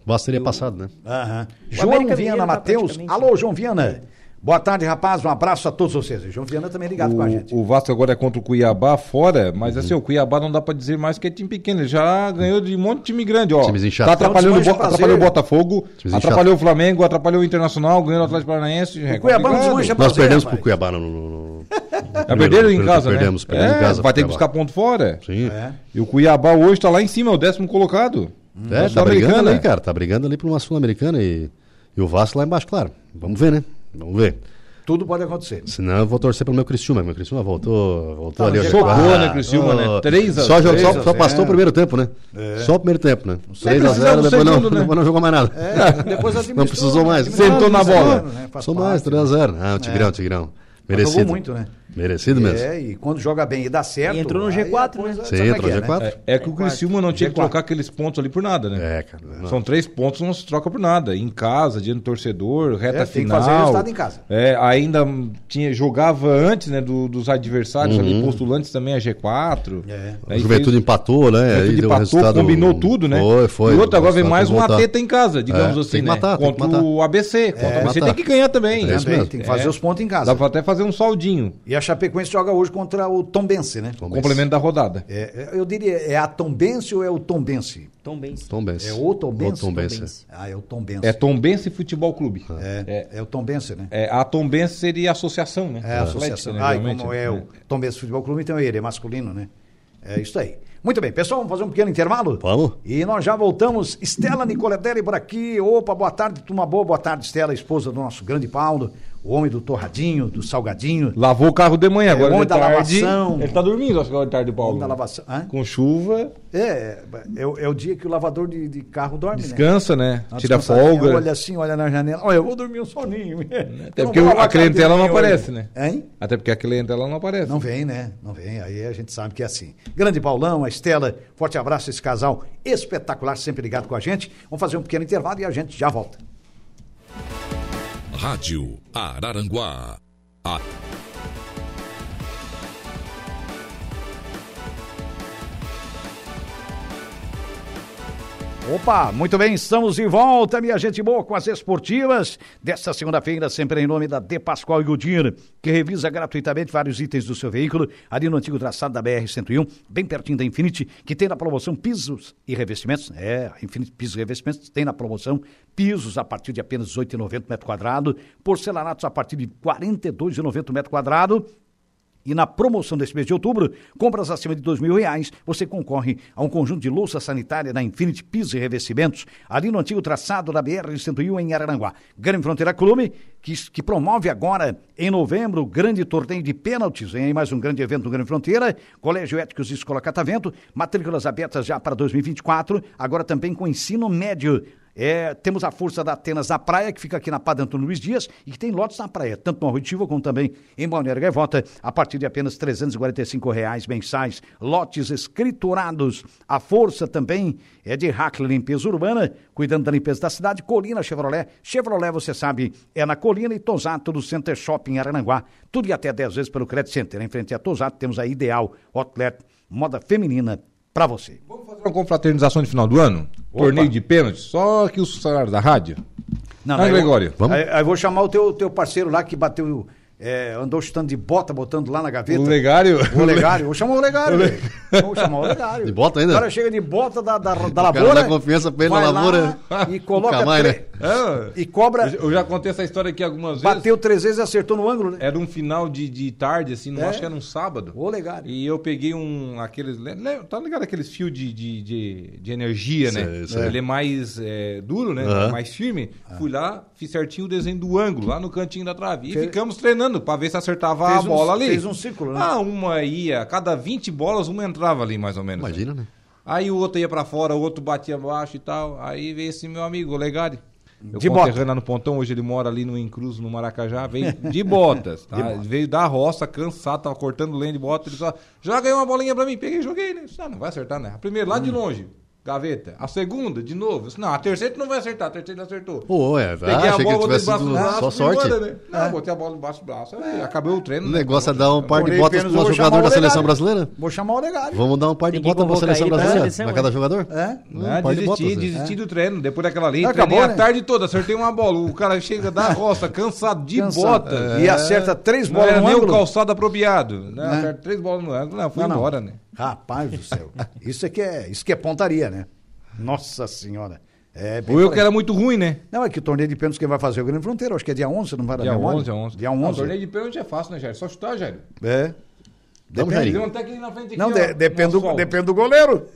D: Basta teria passado, né?
E: Aham.
F: O
E: João
F: América
E: Viana
F: Mineiro tá
E: Matheus.
F: praticamente-
E: Alô, João Viana. Boa tarde, rapaz. Um abraço a todos vocês. O João Viana também é ligado com a gente.
B: O, o Vasco agora é contra o Cuiabá fora, mas
D: Uhum.
B: assim, o Cuiabá não dá pra dizer mais que é time pequeno. Ele já ganhou de um monte de time grande, ó.
D: Timezinho chato.
B: Tá atrapalhando, o
E: Então,
B: Bo-
E: desmancha
B: atrapalhou o
E: prazer.
B: Botafogo,
D: Timezinho
B: atrapalhou o Flamengo, atrapalhou o Internacional, ganhou o Atlético Paranaense. é
E: Cuiabá não
B: complicado.
E: desmancha
D: Nós
E: prazer,
D: perdemos
E: rapaz.
D: pro Cuiabá no. no, no- no-
B: Já perderam em
D: primeiro
B: casa, né?
D: tempo, Perdemos, perdemos
B: É,
D: em casa.
B: Vai
D: pro
B: ter que buscar
D: Cuiabá.
B: ponto fora.
D: Sim.
E: É.
B: E o Cuiabá hoje tá lá em cima, é o décimo colocado.
D: É,
B: Nossa,
D: tá brigando
B: Americana.
D: ali, cara. Tá brigando ali pra uma Sul-Americana e, e o Vasco lá embaixo, claro. Vamos ver, né? Vamos ver.
E: Tudo pode acontecer.
D: Senão eu vou torcer pelo meu Criciúma. Meu Criciúma voltou, voltou
E: Tá,
D: ali. ao
E: mas
D: G4.
B: socou, né, Criciúma, né?
D: Ah,
B: 3 a É.
D: só, jogou-
B: 3
D: só,
E: a
D: só passou
E: 0.
D: o primeiro tempo, né? Só o primeiro tempo, né? 3x0,
B: precisava do
D: depois, não,
B: segundo, né?
D: depois não jogou mais nada.
E: É, Depois
D: Não precisou mais.
B: Sentou na bola.
E: né?
D: Passou mais,
B: né?
D: 3x0. Ah,
B: É.
D: o Tigrão, o Tigrão. Merecido.
E: Jogou muito, né?
D: Merecido mesmo.
E: É, e quando joga bem e dá certo.
F: E entrou no
E: aí
F: G4,
E: a coisa-
F: né?
D: Você
E: sabe
D: entra
E: como é
D: no
E: que é, né?
D: G4?
B: É que o Criciúma não tinha que
E: G4.
B: trocar aqueles pontos ali por nada, né?
D: É, cara. não.
B: São três pontos, não se troca por nada. Em casa, diante do torcedor, reta
E: É, tem que
B: final.
E: fazer resultado em casa.
B: É, ainda hum, tinha, jogava antes né, do- dos adversários ali, postulantes também a G4.
E: É.
D: A Uhum. Juventude empatou, né?
B: Juventude
D: Aí deu
B: um empatou,
D: resultado- um
B: combinou tudo, né?
D: Foi, foi.
B: E outro, agora vem
D: Resultado
B: mais um
D: voltar.
B: AT em casa, digamos
D: É,
B: assim,
D: tem que
B: né?
D: matar, tem que
B: Contra
D: matar. É,
B: o ABC. Contra o ABC
D: matar.
B: tem que ganhar também.
D: É isso
E: Também,
D: mesmo.
E: tem que fazer
B: É.
E: os pontos em casa.
B: Dá pra até fazer um saldinho.
E: E a Chapecoense joga hoje contra o Tombense, né?
D: Tom Benz.
B: Complemento da rodada.
E: É, é, eu diria, é a Tombense ou é o Tombense?
F: Tom Benz.
D: Tom Benz.
E: É o Tombense?
D: Tom Benz,
F: Tom Benz.
E: Ah, é o Tombense.
B: É Tombense Futebol Clube.
E: É, é o Tombense, né?
B: É, a Tombense seria a associação, né?
E: É a
B: Atlética,
E: associação.
B: né,
E: Ah, e
B: geralmente,
E: como é,
B: né?
E: o Tombense Futebol Clube, então ele é masculino, né? É isso aí. Muito bem, pessoal, vamos fazer um pequeno intervalo?
D: Vamos.
E: E nós já voltamos. Estela Nicoledelli por aqui. Opa, boa tarde, turma boa. Boa tarde, Estela, esposa do nosso grande Paulo, o homem do Torradinho, do Salgadinho.
B: Lavou o carro de manhã, agora
E: homem
B: de
E: da
B: tarde.
E: É, lavação.
B: Ele tá dormindo, acho que agora de tarde, Paulo.
E: Homem da lavação. Hã?
B: Com chuva,
E: É, é, é o- é o dia que o lavador de, de carro dorme, né?
B: descansa, né?
E: Uma
B: Tira
E: descansadinha,
B: folga. É,
E: Olha assim, olha na janela. Olha, eu vou dormir um soninho.
B: Até porque a clientela não aparece, né?
E: Hein?
B: Até porque a clientela não aparece.
E: Não vem, né? Não vem. Aí a gente sabe que é assim. Grande Paulão, a Estela, forte abraço a esse casal espetacular, sempre ligado com a gente. Vamos fazer um pequeno intervalo e a gente já volta.
G: Rádio Araranguá. A
E: Opa, muito bem, estamos de volta, minha gente boa, com as esportivas. Desta segunda-feira, sempre em nome da De Pascoal e Godinho, que revisa gratuitamente vários itens do seu veículo, ali no antigo traçado da BR-101, bem pertinho da Infinity, que tem na promoção pisos e revestimentos. É, a Infinity Pisos e Revestimentos tem na promoção pisos a partir de apenas R$ 8,90 metro quadrado, porcelanatos a partir de R$ 42,90 metro quadrado. E na promoção desse mês de outubro, compras acima de dois mil reais, você concorre a um conjunto de louça sanitária da Infinity Piso e Revestimentos, ali no antigo traçado da BR-101 em Araranguá. Grande Fronteira Clube, que, que promove agora, em novembro, o grande torneio de pênaltis, em mais um grande evento do Grande Fronteira, Colégio Éticos e Escola Catavento, matrículas abertas já para 2024, agora também com ensino médio. É, temos a Força da Atenas na Praia, que fica aqui na Padre Antônio Luiz Dias, e que tem lotes na praia, tanto no Arroitivo como também em Balneário Gaivota, a partir de apenas R$ 345 reais mensais. Lotes escriturados. A Força também é de Hackley Limpeza Urbana, cuidando da limpeza da cidade. Colina Chevrolet. Chevrolet, você sabe, é na Colina e Tosato, do Center Shopping Arananguá. Tudo e até 10 vezes pelo Credit Center. Em frente a Tosato, temos a Ideal Outlet, moda feminina para você.
B: Vamos fazer uma confraternização de final do ano? Torneio de pênalti, só que o salário da rádio.
E: Não,
B: Ah,
E: aí eu-
B: Gregório.
D: Vamos.
E: Aí, aí eu vou chamar o teu, teu parceiro lá que bateu, é, andou chutando de bota, botando lá na gaveta.
B: O Legário.
E: O Legário. Vou chamar o Legário. velho. Vou chamar o Legário.
D: De bota ainda?
E: O cara chega de bota da, da, da
D: O cara
E: lavoura.
D: dá confiança pra ele
E: vai
D: na
E: lá
D: lavoura.
E: E coloca.
D: Nunca mais, né?
E: tre-
B: Ah,
E: É. E cobra.
B: eu já contei essa história aqui algumas vezes.
E: Bateu três vezes e acertou no ângulo. né?
B: Era um final de, de tarde, assim, não
E: É.
B: acho que era um sábado.
E: Ô, Legário.
B: E eu peguei um. aqueles. le- le- Tá ligado aqueles fios de, de, de, de energia, né?
D: Sei, sei.
B: Ele é mais é, duro, né?
D: Aham.
B: Mais firme.
E: Ah.
B: Fui lá, fiz certinho o desenho do ângulo, lá no cantinho da trave. E
E: Fez-
B: ficamos treinando pra ver se acertava
E: Fez
B: a
E: um-
B: bola ali.
E: fez um círculo, né?
B: Ah, uma ia. a Cada 20 bolas, uma entrava ali, mais ou menos. né?
D: Imagina, né?
B: Aí o outro ia pra fora, o outro batia baixo e tal. Aí veio esse meu amigo, o Legari. Eu
E: De
B: conterrâneo
E: bota.
B: lá no Pontão, hoje ele mora ali no Encruz, no Maracajá, veio de botas, tá? Veio da roça, cansado, tava cortando lenha de bota, ele só, já ganhou uma bolinha pra mim, peguei e joguei, né? Eu disse, Ah, não vai acertar, né? A primeira,
D: Hum.
B: lá de longe, gaveta. A segunda, de novo. Eu disse, não, a terceira tu não vai acertar, a terceira ele acertou.
D: Pô, é,
B: Peguei
D: ah,
B: a
D: achei
B: bola,
D: que ele
B: botei
D: tivesse
B: debaixo do
D: sido
B: braço,
D: só
B: fui
D: sorte.
B: embora, né? Não, botei a bola debaixo do braço, aí acabei o treino.
D: O
B: né?
D: negócio é dar um par de
E: Olhei
D: botas
E: pênalti,
D: pra
E: eu
D: uma
E: vou
D: jogadora
B: é
E: chamar
D: da
E: o
D: seleção
E: Olegário.
D: brasileira?
E: Vou chamar o Olegário.
D: Vamos dar um par de
F: Tem que
D: botas pra
F: convocar
D: seleção
F: ele pra
D: brasileira?
F: seleção,
D: Pra cada
F: é.
D: jogador?
E: É?
D: Um
B: Não,
D: par de
B: desisti,
D: botas, né?
B: desisti do treino. Depois daquela ali,
E: Acabou,
B: treinei
E: né?
B: a tarde toda, acertei uma bola. O cara chega da roça, cansado, de
E: Cansado. é.
B: bota.
E: E acerta três
B: não
E: bolas
B: era
E: no
B: nem
E: ângulo.
B: o calçado apropriado. Né? Acerta três bolas no ângulo. Não, fui
E: Não, não.
B: embora, né?
E: Rapaz do céu. Isso aqui é, isso aqui é pontaria, né? Nossa Senhora. É bem
B: Ou eu
E: por aí.
B: que era muito ruim, né?
E: Não, é que o torneio de pênaltis quem vai fazer é o Grande Fronteira, acho que é dia 11, não vai dar
B: Dia é
E: memória?
B: 11, dia 11.
E: Dia
B: Não,
E: 11.
B: torneio de pênalti é fácil, né, Jair? Só chutar, Jair.
E: É.
D: Vamos,
E: Depende.
D: Jairinho.
B: Viram até aqui na frente aqui,
E: Não,
B: ó,
E: de- depende,
B: no
E: do,
B: sol.
E: depende do goleiro.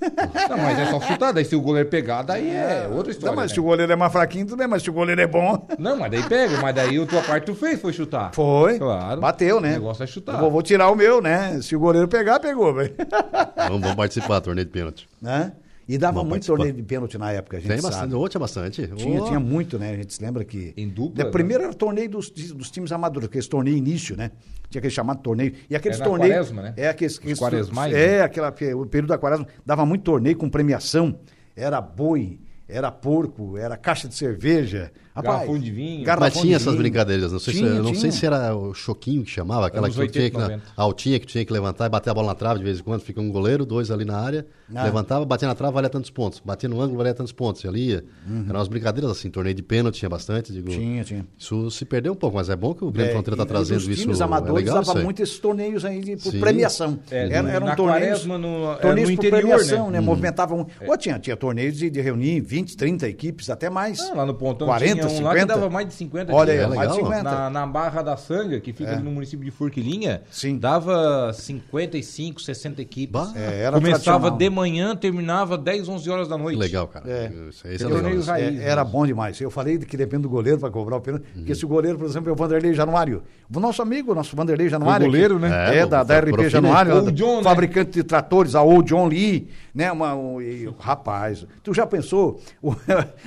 B: Não, mas é só chutar. Daí se o goleiro pegar, daí é outra história.
E: não, mas
B: né?
E: se o goleiro é mais fraquinho, tudo bem, mas se o goleiro é bom.
B: Não, mas daí pega. Mas daí a tua parte tu fez, foi chutar.
E: Foi.
B: Claro.
E: Bateu, né?
B: O negócio é chutar.
E: Eu vou, vou tirar o meu, né? Se o goleiro pegar, pegou, velho.
D: Vamos, vamos participar, torneio de pênalti.
E: Né? E dava
D: Vamos
E: muito
D: participar.
E: torneio de pênalti na época, a gente
D: Tem
E: sabe.
D: bastante, hoje é bastante.
E: Tinha,
D: Ô,
E: tinha muito, né? A gente se lembra que.
B: Em dupla,
E: Né?
B: né?
E: Primeiro era o torneio dos, dos times amadores, aquele torneio início, né? Tinha aquele chamado torneio. E aqueles
B: Era na
E: torneios.
B: quaresma, né?
E: É, aqueles. aqueles
B: quaresmais, né?
E: É, aquela, o período da quaresma dava muito torneio com premiação. Era boi, era porco, era caixa de cerveja. Rapaz,
B: Garrafão de vinho.
D: Mas
E: garrafão de
D: tinha essas
E: vinho.
D: brincadeiras, não sei, se,
E: Tinha,
D: eu não sei
E: tinha.
D: se era o choquinho que chamava, aquela
B: Anos
D: que tu tinha
B: 80,
D: que na
B: 90.
D: altinha que tu tinha que levantar e bater a bola na trave de vez em quando, fica um goleiro, dois ali na área,
E: Ah.
D: levantava, batia na trave, valia tantos pontos, batia no ângulo, valia tantos pontos, e ali ia. eram umas brincadeiras assim, torneio de pênalti tinha bastante, digo,
E: Uhum. Tinha, tinha.
D: isso se perdeu um pouco, mas é bom que o Grande
E: É,
D: Fronteira está
E: e- e
D: trazendo
E: dos
D: isso,
E: times amadores
D: é legal isso
E: dava
D: aí.
E: muito esses torneios aí de- por
D: Sim.
E: premiação.
B: É,
E: Era-
B: no-
E: eram
B: na
E: torneios,
B: quaresma, no- é,
E: torneios
B: no
E: por
B: interior,
E: premiação, né?
D: Uhum.
B: né?
E: Movimentavam. Ou tinha, tinha torneios de, de reunir 20, 30 equipes, até mais.
B: Ah, lá no Pontão
E: 40,
B: tinha um
E: 50.
B: lá que dava mais de 50
E: Olha aí,
B: tinha.
D: ó,
E: mais de
D: É legal, ó.
E: 50.
B: na, na Barra da Sanga, que
D: É.
B: fica ali no município de Forquilinha,
E: Sim.
B: dava 55, 60 equipes.
D: Bah.
E: É, era
B: Começava
E: tradicional.
B: de manhã, terminava 10, 11 horas da noite.
D: Legal, cara.
E: É.
D: Isso, aí, isso é
B: Torneio
D: legal. isso.
B: raiz.
E: É, era bom demais. Eu falei que depende do goleiro para cobrar o
B: Uhum.
E: pênalti. Porque se o goleiro, por exemplo, é o Vanderlei Januário. O nosso amigo, nosso Vanderlei Januário.
B: goleiro,
E: que-
B: né?
E: É,
D: É,
E: da,
D: o
E: da
D: prof-
E: RP
D: prof-
E: Januário,
B: Old
E: lá da-
B: John, né?
E: fabricante de tratores, a Old John Lee, né? Uma, um- e- rapaz, tu já pensou? O,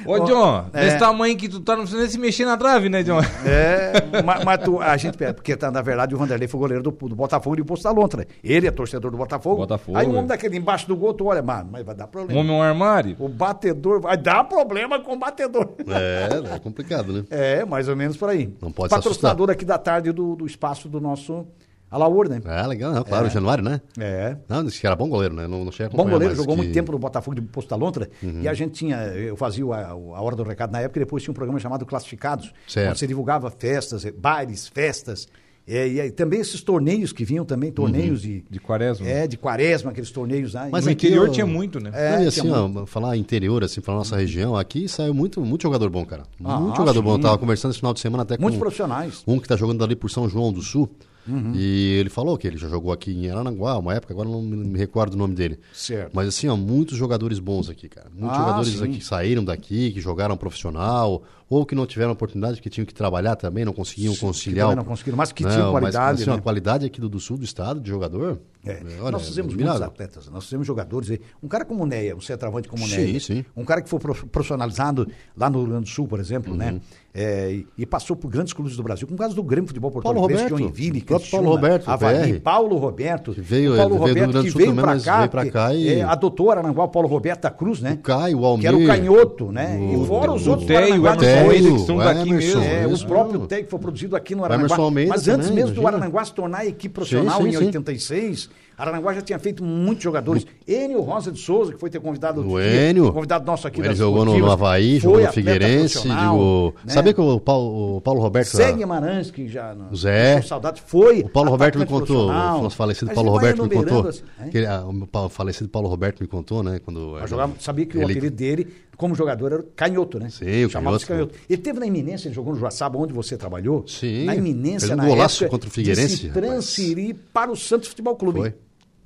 B: Ô, John,
E: é,
B: desse tamanho que tu tá, não precisa nem se mexer na trave, né, John?
E: É, mas, mas tu- a gente, porque tá, na verdade o Vanderlei foi goleiro do, do Botafogo e do Poço da Lontra. Ele é torcedor do Botafogo.
B: Botafogo,
E: Aí o homem
B: é.
E: daquele embaixo do gol, tu olha, mano, mas vai dar
B: Um
E: problema.
B: homem é um armário.
E: O batedor, vai dar problema com o batedor.
D: É, é complicado, né?
E: É, mais ou menos por aí.
D: Não pode se
E: Patrocinador aqui da tarde do, do espaço do nosso Alaur, né?
D: É legal, não, claro, Januário, né?
E: É.
D: Não, disse que era bom goleiro, né? Não, não chega a
E: Bom
D: acompanhar,
E: goleiro,
D: mas
E: jogou
D: que- Uhum.
E: muito tempo no Botafogo de Posto da Lontra. E a gente tinha, eu fazia a, a Hora do Recado na época, e depois tinha um programa chamado Classificados,
D: Certo.
E: onde você divulgava festas, eh, bailes, festas. eh, e aí também esses torneios que vinham também, torneios de,
B: De quaresma.
E: É, de quaresma, aqueles torneios lá.
D: Uhum. Mas
B: no
E: E-
D: aqui
B: interior
D: eu-
B: tinha muito, né?
E: É,
D: Não, e
E: tinha
D: assim, ó, falar interior, assim, falar nossa região, aqui saiu muito, muito jogador bom, cara.
E: Ah,
D: muito jogador bom.
E: sim.
D: é Eu tava conversando esse final de semana até com
E: muitos profissionais.
D: um que tá jogando ali por São João do Sul.
E: Uhum.
D: E ele falou que ele já jogou aqui em Arananguá, uma época, agora eu não me- me recordo o nome dele.
E: Certo.
D: Mas assim, ó, muitos jogadores bons aqui, cara. Muitos
E: Ah,
D: jogadores
E: sim.
D: aqui que saíram daqui, que jogaram profissional, ou que não tiveram oportunidade, que tinham que trabalhar também, não conseguiam conciliar.
E: também
D: o-
E: não conseguiram, mas que tinham qualidade,
D: assim, ó,
E: né?
D: a qualidade aqui do, do sul do estado, de jogador.
E: É,
D: é, olha,
E: nós fizemos muitos
D: admirável.
E: atletas, nós fizemos jogadores. aí. Um cara como o Neia, um centroavante como o
D: Sim,
E: Neia.
D: sim.
E: Um cara que foi prof- profissionalizado lá no Rio Grande do Sul, por exemplo,
D: Uhum.
E: né? É, e, e passou por grandes clubes do Brasil, como o caso do Grêmio Futebol Porto
D: Paulo
E: Alegre,
D: Roberto,
E: Joinville,
D: o próprio Paulo
E: Criciúma,
D: Roberto,
E: Havaí,
D: PR.
E: Paulo Roberto.
D: veio-
E: o
D: ele veio
E: Paulo
D: do Rio
E: Roberto
D: Grande
E: que
D: do Sul
E: veio
D: também,
E: pra
D: mas
E: cá,
D: veio pra
E: porque,
D: cá e-
E: é, adotou Aranaguá o Paulo Roberto da Cruz, né?
D: O Caio, o
E: que era o
D: Almir,
E: canhoto, né?
D: o-
E: e fora os
D: o
E: outros
B: Teio,
E: do Paranaguá,
B: o
E: que
B: Emerson,
E: foram-
B: eles que são daqui
D: Emerson,
B: mesmo.
E: é, o
D: isso.
E: próprio TEC foi produzido aqui no Aranaguá.
D: Emerson Almeida
E: Mas antes
D: também,
E: mesmo do
D: imagina.
E: Aranaguá se tornar a equipe profissional
D: Sim, sim,
E: em
D: sim.
E: 86, Aranaguá já tinha feito muitos jogadores. Enio Rosa de Souza, que foi ter convidado
D: O
E: outro dia,
D: Enio.
E: convidado nosso aqui
D: Ele
E: das
D: jogou no, no
E: esportivas,
D: Havaí,
E: foi
D: jogou no
E: atleta
D: Figueirense.
E: profissional,
D: Digo,
E: né?
D: Sabia que o Paulo, o Paulo Roberto.
E: Zé Guimarães, que já não,
D: O Zé.
E: saudade, foi.
D: O Paulo Roberto me
E: atacante
D: contou,
E: profissional.
D: o nosso falecido
E: Aí
D: Paulo
E: você vai
D: Roberto me
E: enumerando
D: contou.
E: assim, hein?
D: que ele- ah, o meu pa- falecido Paulo Roberto me contou, né? Quando
E: Mas jogava- sabia que o
D: ele-
E: apelido dele, como jogador, era canhoto, né?
D: Sim, o
E: Chamava-se
D: canhoto.
E: canhoto. Ele teve na iminência, ele jogou no Joaçaba, onde você trabalhou.
D: Sim,
E: Na iminência,
D: fez um
E: na
D: golaço
E: época,
D: contra o Figueirense,
E: de se
D: rapaz.
E: transferir para o Santos Futebol Clube.
D: Foi. Uhum.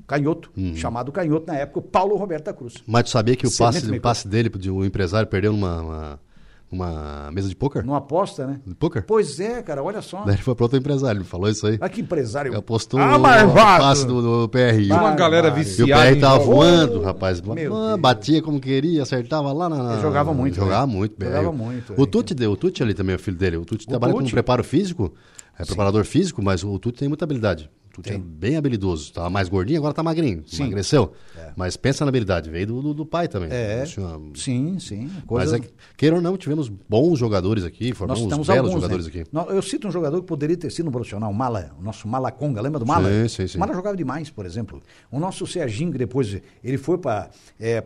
E: Canhoto, chamado canhoto na época, o Paulo Roberto da Cruz.
D: Mas tu sabia que o
E: Excelente
D: passe,
E: meio
D: o passe dele, de- o empresário perdeu numa, uma, uma mesa de pôquer?
E: Não aposta, né?
D: De pôquer?
E: Pois é, cara, olha só.
D: Daí ele foi pro outro empresário, ele me falou isso aí.
E: Olha que empresário.
D: Ele apostou
E: Ah,
D: no, no
E: marvado!
D: passe do, do PRI.
B: Uma galera
D: E o
B: viciada.
D: PR
B: em
D: tava
B: jogo.
D: voando, rapaz. Ah,
E: Deus.
D: batia como queria, acertava lá na. na-
E: Ele jogava muito,
D: Jogava
E: né?
D: muito, bem.
E: Jogava muito,
D: O
E: é.
D: Tuti, deu- o Tuti ali também, é o filho dele. O Tuti trabalha
E: Tuti?
D: com preparo físico, é preparador físico, mas o Tuti tem muita habilidade. O Tuti é bem habilidoso. Tava mais gordinho, agora tá magrinho. Emagreceu. Mas pensa na habilidade, veio do, do- do pai também.
E: É.
D: Assim, ó,
E: Sim, sim.
D: Mas
E: Coisa...
D: é que, queira ou não, tivemos bons jogadores aqui,
E: Nós
D: formamos
E: temos
D: belos
E: alguns
D: jogadores
E: né?
D: aqui.
E: Nó- Eu cito um jogador que poderia ter sido um profissional, o Mala, o nosso Mala Conga, lembra do Mala?
D: Sim, sim, sim.
E: O Mala jogava demais, por exemplo. O nosso Serginho, que depois ele foi para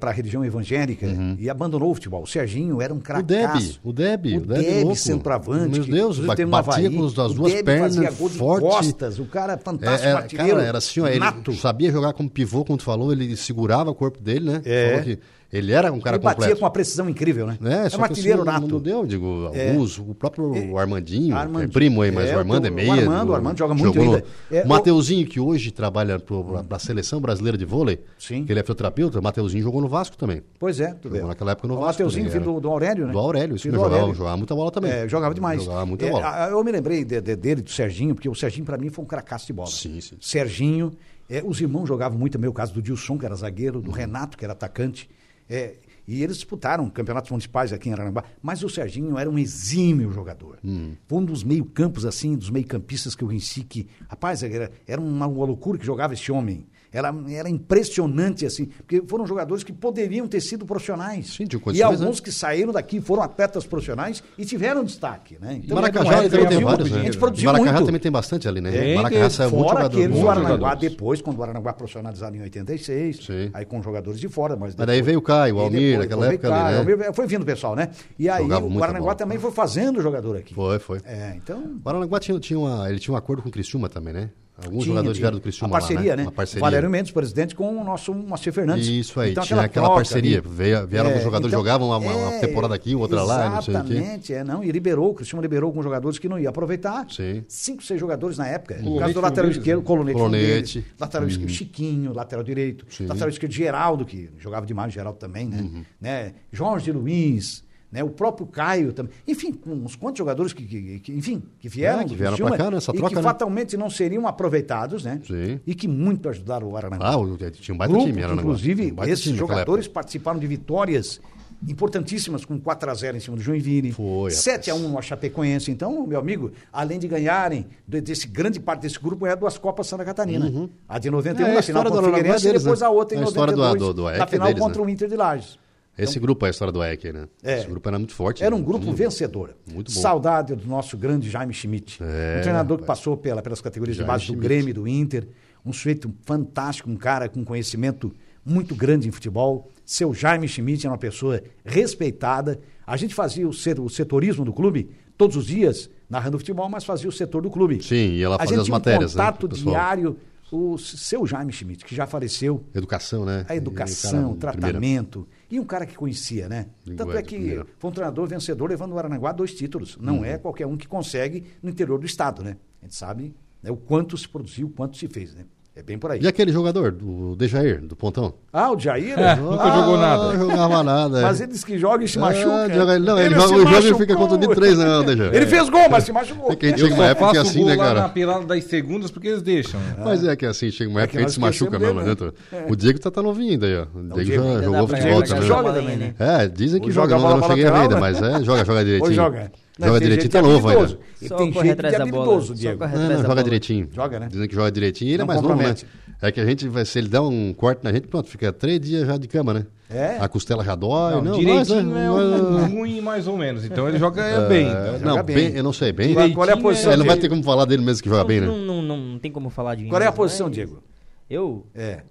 E: a religião evangélica e abandonou o futebol. O Serginho era um
D: Uhum. O Deb,
E: cracaço.
D: o Deb,
E: O
D: é
E: Deb,
D: louco.
E: centroavante.
D: Meu
E: que
D: Deus,
E: inclusive
D: ba-
E: teve no
D: batia
E: Havaí.
D: com as duas
E: O Deb
D: pernas
E: fazia gol de
D: forte.
E: costas. O cara fantástico
D: É, era,
E: artilheiro.
D: cara, era assim, ó, ele
E: nato.
D: sabia jogar como pivô, como tu falou, ele segurava o corpo dele, né?
E: É.
D: Falou que ele era um cara
E: ele batia
D: completo.
E: com uma precisão incrível, né?
D: É,
E: é
D: só
E: um
D: que
E: artilheiro
D: assim, não- Não
E: nato. É.
D: deu, digo, alguns, o próprio Armandinho,
E: Armandinho.
D: é primo aí, mas
E: É,
D: o Armando
E: o-
D: é
E: o
D: meia.
E: Armando,
D: do-
E: o Armando joga muito
D: jogou no-
E: ainda. É,
D: o
E: o-
D: Mateuzinho, que hoje trabalha para a Seleção Brasileira de Vôlei,
E: Sim.
D: que ele é fisioterapeuta, o Mateuzinho jogou no Vasco também.
E: Pois é, tu vê.
D: Jogou naquela época no
E: o
D: Vasco
E: Mateuzinho,
D: também,
E: filho
D: era.
E: do, do Aurélio, né?
D: Do Aurélio, isso
E: Filho
D: mesmo,
E: do
D: jogava,
E: Aurélio.
D: jogava muita bola também.
E: É, jogava demais.
D: Jogava muita
E: É,
D: bola.
E: a- eu me lembrei de- de- dele, do Serginho, porque o Serginho, pra mim, foi um cracaço de bola.
D: Sim, sim.
E: Serginho, é, os irmãos jogavam muito também, o caso do Dilson, que era zagueiro,
D: Uhum.
E: do Renato, que era atacante. é, e eles disputaram campeonatos municipais aqui em Aranguá, mas o Serginho era um exímio jogador.
D: Hum.
E: Foi um dos meio-campos, assim, dos meio-campistas que eu venci, que, rapaz, era, era uma, uma loucura que jogava esse homem. Era, era impressionante, assim, porque foram jogadores que poderiam ter sido profissionais.
D: Sim, tinha
E: e
D: condições, né?
E: alguns que saíram daqui foram atletas profissionais e tiveram destaque, né? Então,
D: Maracajá
E: era
B: uma
D: ele
E: uma
D: também
E: época
D: tem
E: que
D: vários,
E: A
D: né?
E: gente produziu
D: Maracajá
E: muito.
D: também tem bastante ali, né?
B: Tem,
D: Maracajá
B: tem.
D: saiu muito
E: Fora
D: jogador. né?
E: aqueles
D: muito
E: do Aranaguá,
B: jogadores.
E: depois, quando o Aranaguá profissionalizado em 86,
D: Sim.
E: aí com jogadores de fora, mas
D: Mas daí veio o Caio, o
E: e
D: Almir, naquela
E: foi
D: época
E: Caio,
D: ali, né?
E: o Almir- foi vindo o pessoal, né? E aí
D: Jogava
E: o
D: muita
E: Aranaguá
D: bola.
E: também foi fazendo jogador aqui.
D: Foi, foi.
E: É, então...
D: O Aranaguá tinha, tinha uma, ele tinha um acordo com o Criciúma também, né? Alguns
E: tinha,
D: jogadores
E: tinha.
D: vieram do Criciúma
E: A
D: lá,
E: parceria, né?
D: né? Uma parceria.
E: Valério Mendes, presidente, com o nosso Moacir Fernandes.
D: Isso aí,
E: Então,
D: tinha aquela
E: troca
D: parceria.
E: ali.
D: Veio- Vieram
E: É,
D: alguns jogadores,
E: então,
D: jogavam uma, uma- uma
E: é,
D: temporada aqui, outra lá, não sei o quê.
E: Exatamente, é, não. E liberou, o Cristiano liberou alguns jogadores que não ia aproveitar.
D: Sim.
E: Cinco, seis jogadores na época. No
B: Colonete
E: caso do
B: foi um
E: lateral
B: deles,
E: esquerdo,
B: né?
E: Colonete, foi um
D: Colonete. Uhum.
E: deles. Lateral esquerdo, Chiquinho, lateral direito. Lateral esquerdo, Geraldo, que jogava demais, Geraldo também, né?
D: Uhum.
E: né? Jorge Luiz. Né, o próprio Caio também. Enfim, com uns quantos jogadores que, que- que- enfim, que vieram,
D: É, que
E: do
D: vieram pra
E: Criciúma
D: cá, né? Essa
E: e
D: troca,
E: que
D: né?
E: fatalmente não seriam aproveitados, né?
D: Sim.
E: E que muito ajudaram o Aranaguá
D: Ah, o- tinha um baita
E: grupo,
D: time,
E: que,
D: era um negócio.
E: inclusive,
D: Tinha um baita
E: esses
D: time naquela
E: jogadores participaram de vitórias importantíssimas com 4 a 0 em cima do Joinville.
D: Foi, rapaz.
E: 7 a 1 no Chapecoense. Então, meu amigo, além de ganharem de- desse grande parte desse grupo é duas Copas Santa Catarina. A de 91
D: É, a
E: na final
D: história do
E: contra o
D: Aranaguá
E: Figueirense e
D: deles,
E: depois
D: né?
E: a outra em
D: A história do-
E: 92,
D: do- do- é
E: na
D: que é
E: final
D: deles,
E: contra
D: né?
E: o Inter de Lages.
D: Esse grupo é a história do EEC, né?
E: então- É.
D: Esse grupo era muito forte.
E: Era
D: né?
E: um grupo
D: Hum.
E: vencedor.
D: Muito bom. É,
E: Saudade do nosso grande Jaime Schmidt. um treinador que passou pela- pelas categorias de
D: Jaime
E: base do
D: Schmidt.
E: Grêmio, do Inter. Um sujeito fantástico, um cara com conhecimento muito grande em futebol. Seu Jaime Schmidt era uma pessoa respeitada. A gente fazia o, set- o setorismo do clube todos os dias, narrando futebol, mas fazia o setor do clube.
D: Sim, e ela
E: A
D: fazia
E: gente
D: as
E: tinha um
D: matérias, né,
E: contato
D: pro pessoal.
E: diário. O seu Jaime Schmidt, que já faleceu,
D: Educação, né?
E: a
D: E,
E: educação,
D: cara,
E: o
D: primeira-
E: tratamento. E um cara que conhecia, né?
D: Linguagem
E: Tanto é
D: de
E: que
D: primeira. Uhum.
E: foi um treinador vencedor levando o Aranaguá a dois títulos. Não é qualquer um que consegue no interior do estado, né? A gente sabe né, o quanto se produziu, o quanto se fez, né? É bem por aí.
D: E aquele jogador, do Dejair, do pontão? Ah,
E: Ah, o Jair?
B: Nunca jogou nada.
D: Não jogava nada.
E: Mas
D: é.
E: ele diz que joga e se
D: Ah,
E: machuca. é.
D: joga- não, ele
E: se
D: joga o jogo e
E: machucou.
D: fica contra de três, não, deixa.
E: Ele fez gol, mas se machucou.
D: É que a gente
B: Eu
D: chega uma
B: só
D: época que é
B: faço
D: assim,
B: gol
D: né,
B: lá
D: cara?
B: na pelada das segundas porque eles deixam. né?
D: Mas é que assim, chega uma época que a gente se
E: nós
D: machuca
E: esquecemos
D: mesmo, né,
E: dele,
D: doutor? O Diego tá, tá novinho daí, ó. O Diego
E: Diego
D: já
E: ainda
D: jogou
E: dá pra
D: futebol
E: jogar,
D: também.
E: joga
F: Joga
E: também,
F: também,
E: né?
F: né?
D: É, dizem que
E: Ou
D: joga,
E: joga
D: não, eu
E: bola
D: não
E: pra
D: cheguei a ver ainda,
E: lateral,
D: mas é, joga, joga
E: Ou
D: direitinho.
E: joga. Não,
D: Joga
E: tem
D: direitinho,
E: jeito
D: tá
E: de
D: novo ainda.
E: habilidoso. Ele
F: Só
E: tem
F: corre
E: jeito
F: atrás
E: de
F: da bola.
E: habilidoso,
F: Só
E: Diego.
F: corre
D: Não, não,
F: atrás da
D: joga
F: bola.
D: direitinho.
E: Joga, né?
D: Dizem que joga direitinho e ele é
E: Não
D: mais novo, né?
E: compromete.
D: É que a gente, vai, se ele der um corte na gente, pronto, fica três dias já de cama, né?
E: É.
D: A costela já dói. Não,
B: direitinho
D: nós,
B: é
D: nós-
B: um ruim mais ou menos. Então ele joga é, bem.
D: É,
E: joga
D: não,
E: bem.
D: bem, eu não sei, bem.
E: Qual- Qual é a
B: Direitinho,
E: posição?
D: É, não vai ter
E: Diego?
D: como falar dele mesmo que joga
F: Não,
D: bem, né?
F: não, não, não, não tem como falar de
E: Qual é a
F: mim,
E: posição,
F: mas
E: Diego?
F: Eu?
E: É,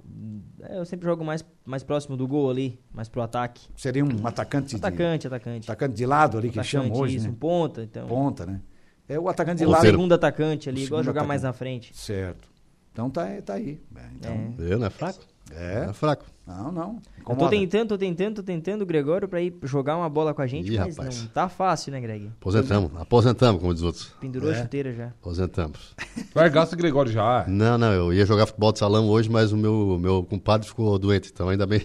F: É, Eu sempre jogo mais, mais próximo do gol ali, mais pro ataque.
E: seria um atacante de,
F: Atacante, atacante.
E: atacante de lado ali, que
F: Atacante,
E: chama hoje,
F: isso,
E: né?
F: um ponta, então.
E: Ponta, né? É o atacante de
F: Ou
E: lado.
D: Ponteiro.
F: segundo atacante ali,
E: Segundo
F: gosta de jogar mais na
E: atacante.
F: frente. né?
E: Certo. Então tá, tá aí. É, Então,
D: É, não é fraco?
E: é.
D: É fraco.
E: Não, não.
F: Eu
E: Incomoda.
F: tô tentando, tô tentando, tô tentando o Gregório pra ir jogar uma bola com a gente,
D: Ih,
F: mas
D: rapaz.
F: não tá fácil, né, Greg?
D: Aposentamos, aposentamos, como diz outros.
F: Pendurou
E: É.
F: a chuteira já.
D: Aposentamos.
B: Largaço Gregório já.
D: Não, não, eu ia jogar futebol de salão hoje, mas o meu, meu compadre ficou doente, então ainda bem.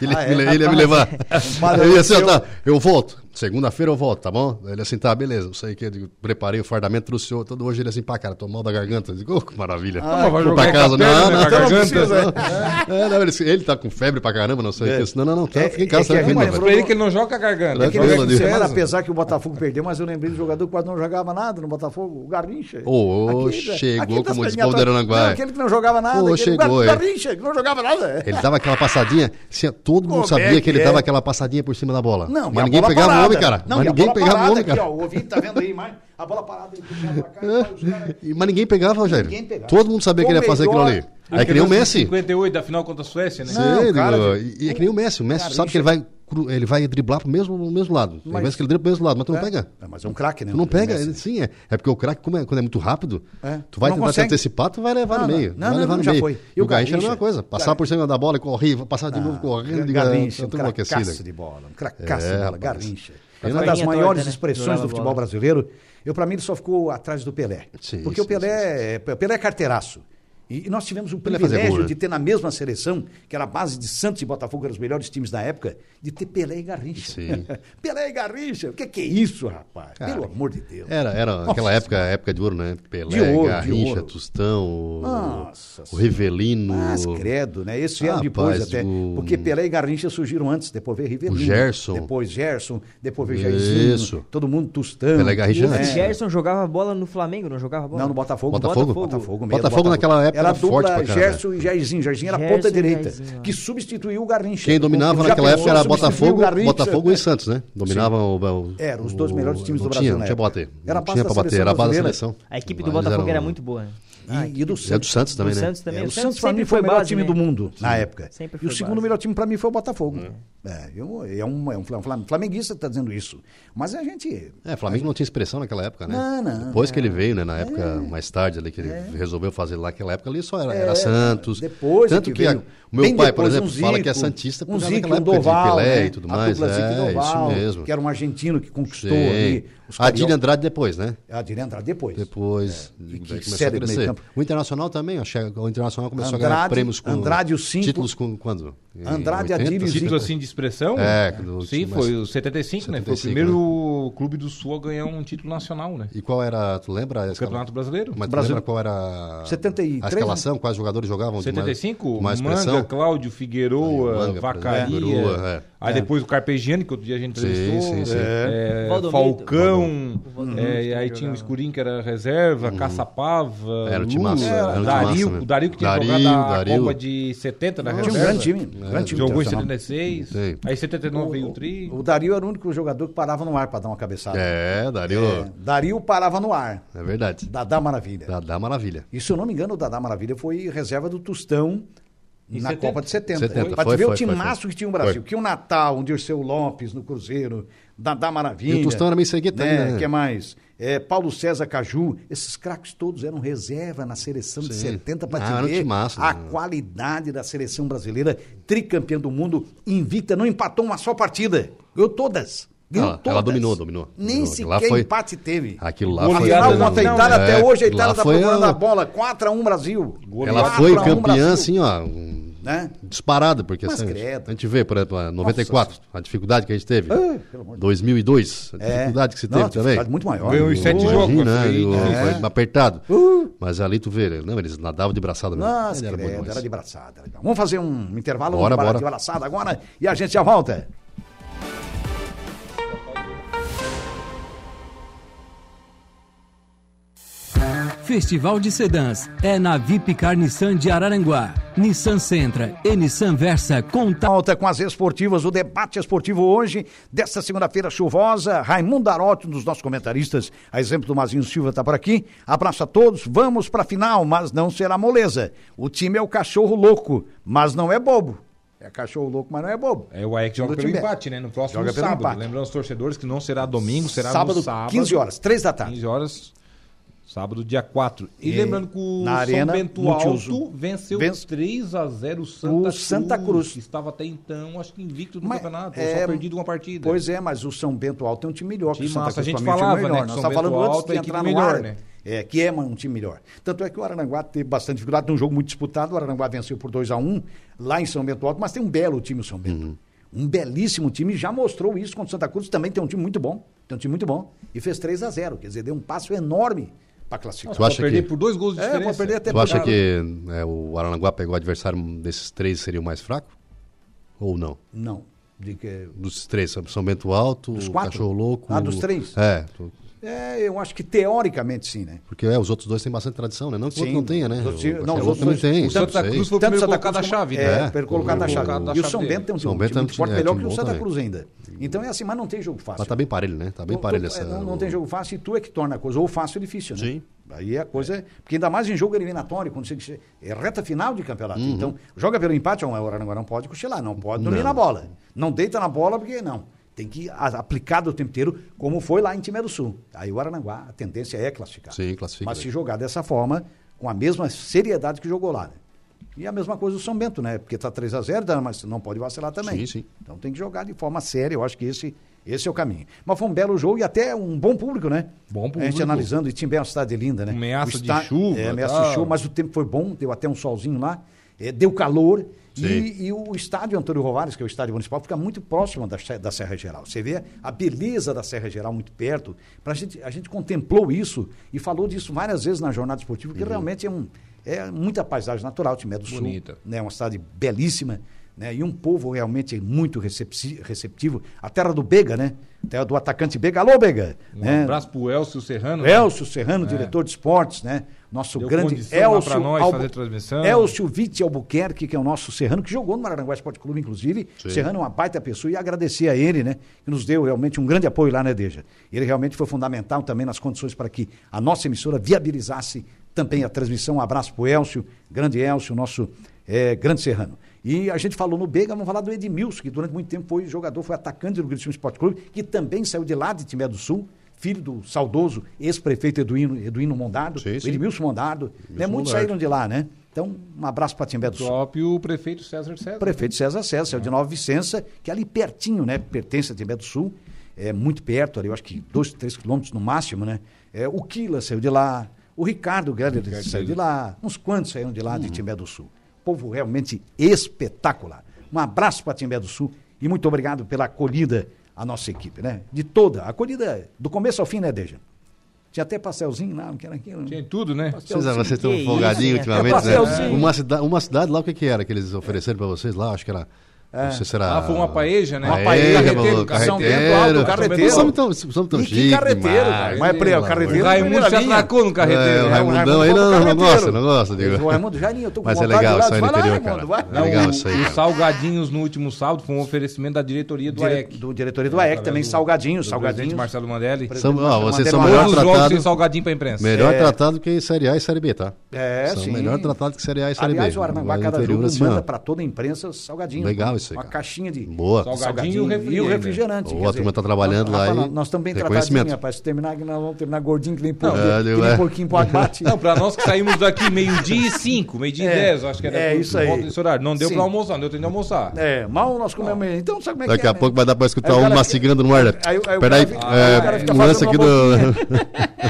D: Ele,
E: Ah, é?
D: ele- ele ia me levar.
E: Compadre
D: eu ia assim, ó,
E: adoeceu.
D: tá, eu volto. Segunda-feira eu volto, tá bom? Ele assim, tá, beleza. Eu sei que eu digo, preparei o fardamento, trouxe o todo hoje. Ele assim, pá, cara, tô mal da garganta. Eu digo, ô, que maravilha.
E: Ah,
B: mas
E: é,
B: vai
D: Vou
B: jogar
D: pra
B: com a
D: casa,
B: perna,
D: não,
B: né, com
D: não,
B: a
D: não,
B: garganta,
D: precisa, não. É, não, ele, ele tá com febre pra caramba, não sei o
E: É.
D: que. Eu disse, Não, não, não,
E: É,
D: cara, fica em
E: é
D: casa, tá
E: que é
D: tranquilo.
E: uma-
D: mas-
B: Pra ele que ele não joga com a garganta.
D: É
E: Que
B: Ele joga
E: nessa
D: Ela
B: com a
E: semana,
B: defesa.
E: apesar que o Botafogo perdeu, mas eu lembrei do jogador que quase não jogava nada no Botafogo, o Garrincha.
D: Ô,
E: Aquele, né?
D: chegou,
E: Aquele das
D: como diz o
E: perninhas
D: Paulo de
E: atrás.
D: Aranaguá.
E: Não, aquele que não jogava nada.
D: Ô,
E: aquele
D: chegou,
E: Gar-
D: é.
E: Garrincha, que não jogava nada. é.
D: Ele dava aquela passadinha, assim, todo
E: Como
D: mundo sabia
E: é
D: que ele
E: que é?
D: dava aquela passadinha por cima da bola.
E: Não, e a
D: mas ninguém
E: bola
D: pegava o
E: parada.
D: homem, cara.
E: Não,
D: mas
E: e a
D: ninguém
E: bola
D: pegava
E: parada
D: o homem, cara.
E: Aqui, ó, o ouvinte tá vendo aí, mas a bola parada. Ele puxava pra cá, e vai, os caras-
D: E- Mas ninguém pegava, Jair.
E: Ninguém pegava.
D: Todo mundo sabia que ele ia fazer aquilo
E: Ou
D: ali.
E: melhor,
D: É que nem o Messi.
B: 58 da final contra a Suécia, né?
D: Sim,
E: Não, cara,
D: digo, e- e é que nem o Messi. O Messi sabe que ele vai, cru- ele vai driblar pro mesmo, pro mesmo lado. Tem
E: Mas-
D: vezes que ele dribla pro mesmo lado, mas tu não pega.
E: É, mas é um craque, né?
D: Tu não
E: o
D: pega,
E: Messi.
D: ele- sim, é. É porque o craque, como é- quando é muito rápido,
E: É.
D: tu vai
E: Não
D: tentar
E: consegue.
D: te antecipar, tu vai levar
E: Não,
D: no
E: não.
D: meio. Tu
E: Não,
D: vai
E: não,
D: levar
E: não,
D: no
E: já
D: meio.
E: foi.
D: E o Garrincha era a mesma
E: Garrincha?
D: coisa. Passar por cima da bola e correr, passar
E: Ah,
D: de novo correndo. diga,
E: Garrincha, um
D: eu tô enlouquecido.
E: cracaço de bola, um cracaço
D: É,
E: de bola,
D: rapaz.
E: Garrincha. É
D: Ele
E: uma
D: não-
E: das
F: Perninha
E: maiores
F: torta, né?
E: expressões
F: Jogava
E: do futebol
F: bola.
E: brasileiro. Eu, para mim, ele só ficou atrás do Pelé.
D: Sim,
E: porque
D: sim,
E: o Pelé, é- Pelé é carteiraço. E e nós tivemos o
D: Pelé fazia
E: privilégio
D: gol, né?
E: de ter na mesma seleção, que era a base de Santos e Botafogo, eram os melhores times da época, de ter Pelé e Garrincha.
D: Sim.
E: Pelé e Garrincha, o que, que é isso, rapaz?
D: Cara,
E: Pelo amor de Deus.
D: Era, era aquela época, época de ouro, né? Pelé,
E: De ouro, de
D: Garrincha,
E: ouro.
D: Tostão, o-
E: Nossa
D: o Rivelino,
E: Mas credo, né? Esse ano
D: Rapaz,
E: depois até.
D: o-
E: Porque Pelé e Garrincha surgiram antes, depois veio Rivelino.
D: O Gerson.
E: Depois Gerson, depois veio Jairzinho.
D: Isso.
E: Todo mundo Tostão.
D: Pelé e
F: E
D: Garrincha né?
F: esse
D: antes.
F: Gerson jogava bola no Flamengo, não jogava
E: É.
F: bola?
E: Não, no Botafogo.
D: Botafogo?
E: Botafogo, mesmo,
D: Botafogo naquela época
E: Era a
D: era forte
E: dupla
D: pra caramba.
E: Gerson e Jairzinho. Jairzinho era a
F: Gerson
E: ponta
F: e
E: direita,
F: Jairzinho, ó.
E: que substituiu o Garrincha.
D: Quem dominava
E: é Já
D: naquela época
E: pensou,
D: era
E: substituiu o
D: Botafogo,
E: Garrincha.
D: Botafogo e Santos, né? Dominavam o, o.
E: Era, os dois melhores times
D: não
E: do
D: tinha,
E: Brasil na
D: Não tinha pra
E: época.
D: bater.
E: Era a
D: não
E: base
D: tinha
E: da
D: pra bater,
E: seleção
D: era a base da
E: brasileira.
D: seleção.
F: A equipe do
D: Mas um
F: Botafogo
D: eram-
F: era muito boa. né?
E: Ah, E, e do
D: E a É do
E: Santos.
D: Santos também,
F: do
D: né?
F: Santos também.
E: É, o
F: o
E: Santos, para mim,
F: sempre
E: foi o melhor
F: base,
E: time
F: né?
E: do mundo na época.
F: Sempre
E: E
F: foi
E: o segundo
F: base.
E: melhor time para mim foi o Botafogo. É, eu, é um, é um flam- flam- flamenguista que está dizendo isso. Mas a gente.
D: É, Flamengo não tinha expressão naquela época, né?
E: Não, não. é.
D: Depois que ele veio, né? Na época, mais tarde, ali, que ele resolveu fazer lá naquela época ali, só era, era Santos.
E: É, Depois
D: Tanto
E: é
D: que, a-
E: veio.
D: o meu
E: Bem
D: pai, por
E: depois,
D: exemplo,
E: um
D: fala
E: Zico,
D: que é Santista por
E: um
D: causa
E: Zico,
D: daquela
E: um
D: época
E: Doval,
D: de Pelé
E: né?
D: e tudo
E: A
D: mais.
E: dupla Zico e
D: É,
E: Doval,
D: isso mesmo.
E: Que era um argentino que conquistou
D: Sim.
E: ali.
D: Adílio
E: os carioca-
D: Andrade depois, né?
E: Adílio Andrade depois.
D: Depois. daí
E: que
D: começou
E: série
D: a
E: do
D: crescer.
E: meio campo.
D: O Internacional também, ó, chega- o Internacional começou a ganhar
E: Andrade-
D: prêmios com.
E: Andrade, o cinco.
D: Títulos com quando? Em
E: Andrade,
D: 80?
E: Adílio e Zico.
B: Título assim de expressão?
D: É, do-
B: Sim,
D: mas-
B: foi o 75, né? Foi o
D: 75, né?
B: primeiro clube do Sul a ganhar um título nacional, né?
D: E qual era, tu lembra? a escala-
B: Campeonato Brasileiro.
D: Mas tu
E: Brasil.
D: lembra qual era a-
E: 73,
D: a escalação? Quais jogadores jogavam? de um mais-
B: 75,
D: com mais
B: Manga,
D: pressão?
B: Cláudio,
D: Aí, o
B: Figueroa,
D: Manga,
B: Vacaria.
D: por exemplo, Figueroa, é.
B: Aí depois o Carpegiani, que outro dia a gente
D: Sim,
B: entrevistou.
D: sim, sim.
B: é,
F: Valdomiro.
B: Falcão. é,
E: Uhum.
F: Valdomiro também
B: aí
F: jogava.
B: tinha o Escurinho, que era reserva. Caçapava.
D: Uhum. Era
B: Lula,
D: o timaço, era o timaço
B: Dario.
D: mesmo.
B: O Dario que tinha
D: Dario,
B: jogado a
D: Dario.
B: Copa de 70 na
E: Tinha
D: É,
B: reserva.
E: um grande time. um grande time
B: É, Jogou em
E: internacional.
B: 76.
D: Sim.
B: Aí em 79 veio o Tri.
E: O Dario era o único jogador que parava no ar para dar uma cabeçada.
D: É, Dario.
E: É, Dario parava no ar.
D: É, verdade.
E: Dadá Maravilha.
D: Dá, dá maravilha.
E: E se eu não me engano, o Dadá Maravilha foi reserva do Tostão
B: Em
E: na
B: 70.
E: Copa de 70.
D: 70,
E: Pra
D: foi,
E: tu ver o
D: foi, foi,
E: timaço
D: foi.
E: que tinha o Brasil.
D: Foi.
E: Que o Natal, o Dirceu Lopes no Cruzeiro, Dadá Maravilha.
D: E o Tostão era meio cegueta ainda,
E: O
D: né?
E: que mais? É, Paulo César Caju. Esses craques todos eram reserva na seleção de
D: Sim.
E: 70 para
D: Ah,
E: te
D: era um
E: ver
D: timaço,
E: a
D: né?
E: qualidade da seleção brasileira, tricampeã do mundo, invicta, não empatou uma só partida. Ganhou todas. Ganhou
D: Ah, Ela- ela
E: todas.
D: dominou, dominou,
E: Nem
D: dominou.
E: sequer
D: Lá foi- Ah,
E: empate teve.
D: Aquilo lá
B: Goleada
D: foi.
E: Afinal,
B: não,
E: contra a
B: não,
E: Itália, tá até
D: é,
E: hoje a Itália
D: lá
E: está
D: foi
E: procurando
D: a-
E: a bola. 4x1 Brasil.
D: Ela
E: 4
D: foi
E: a 1
D: campeã,
E: Brasil.
D: assim, ó. um-
E: Né?
D: Disparada, porque
E: Mas
D: assim,
E: credo. É,
D: a gente vê, por exemplo, a 94, a dificuldade que a gente teve. 2002, a dificuldade que se
E: Não,
D: teve também.
E: dificuldade muito maior.
B: Ganhou em sete
E: Hoje,
B: jogos. né?
D: Imagina,
B: foi-
D: o-
E: É. Uh!
D: foi apertado. Mas ali tu vê, não, eles nadavam de braçada mesmo.
E: Nossa,
D: Ele era
E: era,
D: bom
E: credo,
D: demais.
E: era de braçada. Vamos fazer um intervalo
D: Bora,
E: um bora.
D: bora.
E: de braçada agora e a gente já volta.
H: Festival de Sedãs é na Vipcar Nissan de Araranguá. Nissan Sentra e Nissan Versa conta
E: Volta com as esportivas, o debate esportivo hoje, desta segunda-feira chuvosa. Raimundo Darotti, um dos nossos comentaristas, a exemplo do Mazinho Silva, está por aqui. Abraço a todos, vamos para a final, mas não será moleza. O time é o cachorro louco, mas não é bobo. É cachorro louco, mas não é bobo.
B: É o AEC que joga
E: Do
B: pelo
E: time.
B: empate, né? No próximo
E: Joga pelo
B: sábado.
E: empate.
B: Lembrando aos torcedores que não será domingo, será
E: sábado,
B: no sábado.
E: 15 horas, 3 da tarde.
B: 15 horas, sábado, dia 4. E, lembrando que o
E: na
B: São
E: Arena
B: Bento
E: Multiuso.
B: Alto venceu
E: Vence-
B: 3x0 o Santa,
E: O Santa Cruz.
B: que estava até então, acho que invicto no
E: Mas,
B: campeonato,
E: é,
B: ou só perdido uma partida.
E: Pois é, mas o São Bento Alto é um time melhor que
B: Time
E: o Santa
B: massa,
E: Cruz.
B: a gente
E: Flamengo é um
B: falava,
E: time melhor.
B: né, que
E: Nós
B: o São
E: estávamos falando
B: Bento
E: antes
B: Alto
E: de
B: é equipe
E: entrar no
B: melhor,
E: ar.
B: né?
E: É, que é um time melhor. Tanto é que o Araranguá teve bastante dificuldade num jogo muito disputado. O Araranguá venceu por 2 a 1 lá em São Bento Alto, mas tem um belo time o São Bento.
D: Uhum.
E: Um belíssimo time, já mostrou isso contra o Santa Cruz, também tem um time muito bom. Tem um time muito bom. E fez 3 a 0 quer dizer, deu um passo enorme para classificar.
D: Tu acha
B: perder
D: que-
B: por dois gols de
E: É,
B: diferença.
E: vou perder até
D: Tu acha
E: por-
D: que né, o Aranaguá pegou o adversário desses três seria o mais fraco? Ou não?
E: Não. De que...
D: Dos três, São Bento Alto,
E: Dos
D: o
E: quatro?
D: Cachorro Louco.
E: Ah, dos três?
D: É, tu-
E: É, eu acho que teoricamente sim, né?
D: porque é, os outros dois têm bastante tradição, né? Não que o
E: Sim.
D: outro não tenha, né?
E: Os outros-
D: o
E: não, os
D: Cachorro
E: outros
D: Louco também
E: dois-
D: tem.
E: o
B: O Santa
D: sei.
B: Cruz foi o
E: Tanto
B: primeiro
E: Santa
B: colocado da
E: Cruz
B: chave,
E: como-
B: né?
E: É, pelo colocado da
D: primeiro
E: chave.
B: colocado da
E: E o
B: chave
E: São
B: dele.
E: Bento é um time
D: São
E: muito
D: Bento é um
E: forte,
D: time- é
E: melhor
D: time
E: que o
D: bom
E: Santa
D: também.
E: Cruz ainda. Então é assim, mas não tem jogo fácil.
D: Mas tá bem parelho, né? Tá bem
E: Não-
D: parelho
E: não-
D: essa.
E: não, não
D: o-
E: tem jogo fácil e tu é que torna a coisa ou fácil ou difícil, né?
D: Sim.
E: Aí a coisa é. Porque ainda mais em jogo eliminatório, quando você. É reta final de campeonato.
D: Uhum.
E: Então, joga pelo empate, é uma hora agora não pode cochilar, não pode dormir na bola. Não deita na bola, porque não. Tem que a- aplicar o tempo inteiro, como foi lá em Timé do Sul. Aí o Aranaguá, a tendência é classificar.
D: Sim, classifica.
E: Mas se jogar dessa forma, com a mesma seriedade que jogou lá, né? E a mesma coisa do São Bento, né? Porque tá 3 a 0 dá, mas não pode vacilar também.
D: Sim, sim.
E: Então tem que jogar de forma séria, eu acho que esse, esse é o caminho. Mas foi um belo jogo e até um bom público, né?
B: Bom
E: A gente
B: público.
E: analisando, e Timbé é uma cidade linda, né?
B: Ameaça
E: O
B: de chuva,
E: É, ameaça de
B: tal.
E: chuva, mas o tempo foi bom, deu até um solzinho lá, eh, deu calor.
D: Sim.
E: E, e o estádio Antônio Rovares, que é o estádio municipal, fica muito próximo da, Che- da Serra Geral. Você vê a beleza da Serra Geral muito perto. Pra gente, a gente contemplou isso e falou disso várias vezes na jornada esportiva,
B: Uhum.
E: que realmente é, um, é muita paisagem natural, Timé do Sul.
B: Bonita.
E: Né? Uma cidade belíssima. Né? E um povo realmente muito recepci- receptivo. A terra do Bega, né? Terra do atacante Bega. Alô, Bega!
B: Um
E: né?
B: abraço pro Elcio Serrano. né?
E: Elcio Serrano, diretor de esportes, né? Nosso
B: Deu
E: grande
B: condição lá
E: Elcio,
B: pra nós
E: Albu-
B: fazer transmissão.
E: Elcio Vitti Albuquerque, que é o nosso Serrano, que jogou no Maranguá Esporte Clube, inclusive.
D: Sim.
E: Serrano é uma baita pessoa e agradecer a ele, né? Que nos deu realmente um grande apoio lá, né, Deja? Ele realmente foi fundamental também nas condições para que a nossa emissora viabilizasse também a transmissão. Um abraço pro Elcio, grande Elcio, nosso eh, grande Serrano. E a gente falou no Bega, vamos falar do Edmilson, que durante muito tempo foi jogador, foi atacante do Grêmio Esporte Clube, que também saiu de lá de Timé do Sul, filho do saudoso ex-prefeito Eduino, Eduino Mondardo,
D: Sim, sim.
E: o Edmilson Mondardo, né?
D: Edmilson
E: Muitos
D: Mondardo.
E: saíram de lá, né? Então, um abraço para Timbé do
B: O
E: Sul.
B: próprio prefeito César César.
E: O prefeito César César, é o de Nova Vicença, que é ali pertinho, né? Pertence a Timbé do Sul, é muito perto, ali, eu acho que dois, três quilômetros no máximo, né? É, o Quila saiu de lá, o Ricardo Guedes saiu de lá, Hum. uns quantos saíram de lá de Timbé do Sul. Povo realmente espetacular. Um abraço para Timbé do Sul e muito obrigado pela acolhida à nossa equipe, né? De toda, a acolhida do começo ao fim, né, Deja? Tinha até pastelzinho lá, não que era aquilo.
B: Tinha tudo, né?
E: Então,
D: Vocês, vocês estão
F: Que isso,
D: folgadinhos
F: né?
D: ultimamente,
E: É
D: né?
E: pastelzinho.
D: Uma, cida, uma cidade lá, o que, que era que eles ofereceram pra vocês lá? Acho que era. Não sei se era.
B: Ah, foi uma paeja, né?
D: Uma
E: É. paeja,
D: paeja,
B: carreteiro,
D: carreteiro,
B: cara. São Bento,
D: carreteiro.
E: Alto, carreteiro.
D: Nós somos tão, somos tão
E: E que
D: chique
E: carreteiro, cara.
D: demais,
E: Mas, peraí, o
D: pelo amor
E: carreteiro é
D: de
B: O
D: Deus.
B: Raimundo se
E: Primeira linha.
B: atracou no
D: É,
B: carreteiro.
D: o
B: né?
E: um
D: Raimundão aí não, não gosta, não gosta. Digo.
E: O Raimundo Jairinho, eu tô com
D: Mas é
E: vontade de
D: legal
E: lá,
D: isso aí no
E: vai lá,
D: interior,
E: Raimundo,
D: cara.
E: vai.
D: É legal
B: o-
D: isso aí.
B: Os
D: cara.
B: um salgadinhos no último sábado foi um oferecimento da diretoria do
E: Dire-
B: AEC.
E: do diretoria do AEC, também
B: do-
E: salgadinho,
B: do
E: salgadinho.
B: presidente Marcelo Mandelli.
E: Pre-
D: São- ó, vocês são
E: Mandei
B: Todos
D: melhor
E: uma-
B: os jogos sem
D: tratados.
B: salgadinho pra imprensa.
D: Melhor tratado que Série A e Série B, tá?
E: É,
D: São
E: sim.
D: melhor tratado que Série A e Série B.
E: Aliás, o Aranaguá,
D: Vai no
E: cada
D: interior,
E: jogo,
D: assim, ó.
E: manda pra toda a imprensa salgadinho.
D: Legal isso você,
E: Uma
D: cara.
E: caixinha de
D: Boa.
B: Salgadinho e o
E: e o
B: refrigerante.
E: refrigerante.
D: né, Boa,
E: quer
D: a turma tá trabalhando lá
E: rapaz,
D: e
E: nós- Nós estamos bem
D: reconhecimento.
E: tratadinhos, rapaz. Se terminar, que nós vamos terminar gordinho que nem porco,
D: É,
E: que
D: deu,
E: nem
D: é.
E: porquinho pro abate.
B: Não, pra nós que saímos daqui meio-dia e cinco, meio-dia
E: É,
B: e dez, acho que era.
E: é
B: por-
E: isso
B: por
E: aí.
B: volta desse horário. Não deu
E: Sim.
B: pra almoçar, não deu tempo de almoçar.
E: É, mal nós comemos. Então, sabe como é
D: Daqui
E: que é,
D: a
E: né?
D: pouco vai dar pra escutar
E: Aí o
D: um
E: cara-
D: mastigando no ar.
E: aí- aí o cara
D: Peraí,
E: fica-
B: o cara
D: é,
E: fica
D: um lance
E: fazendo
D: aqui
E: uma
D: do.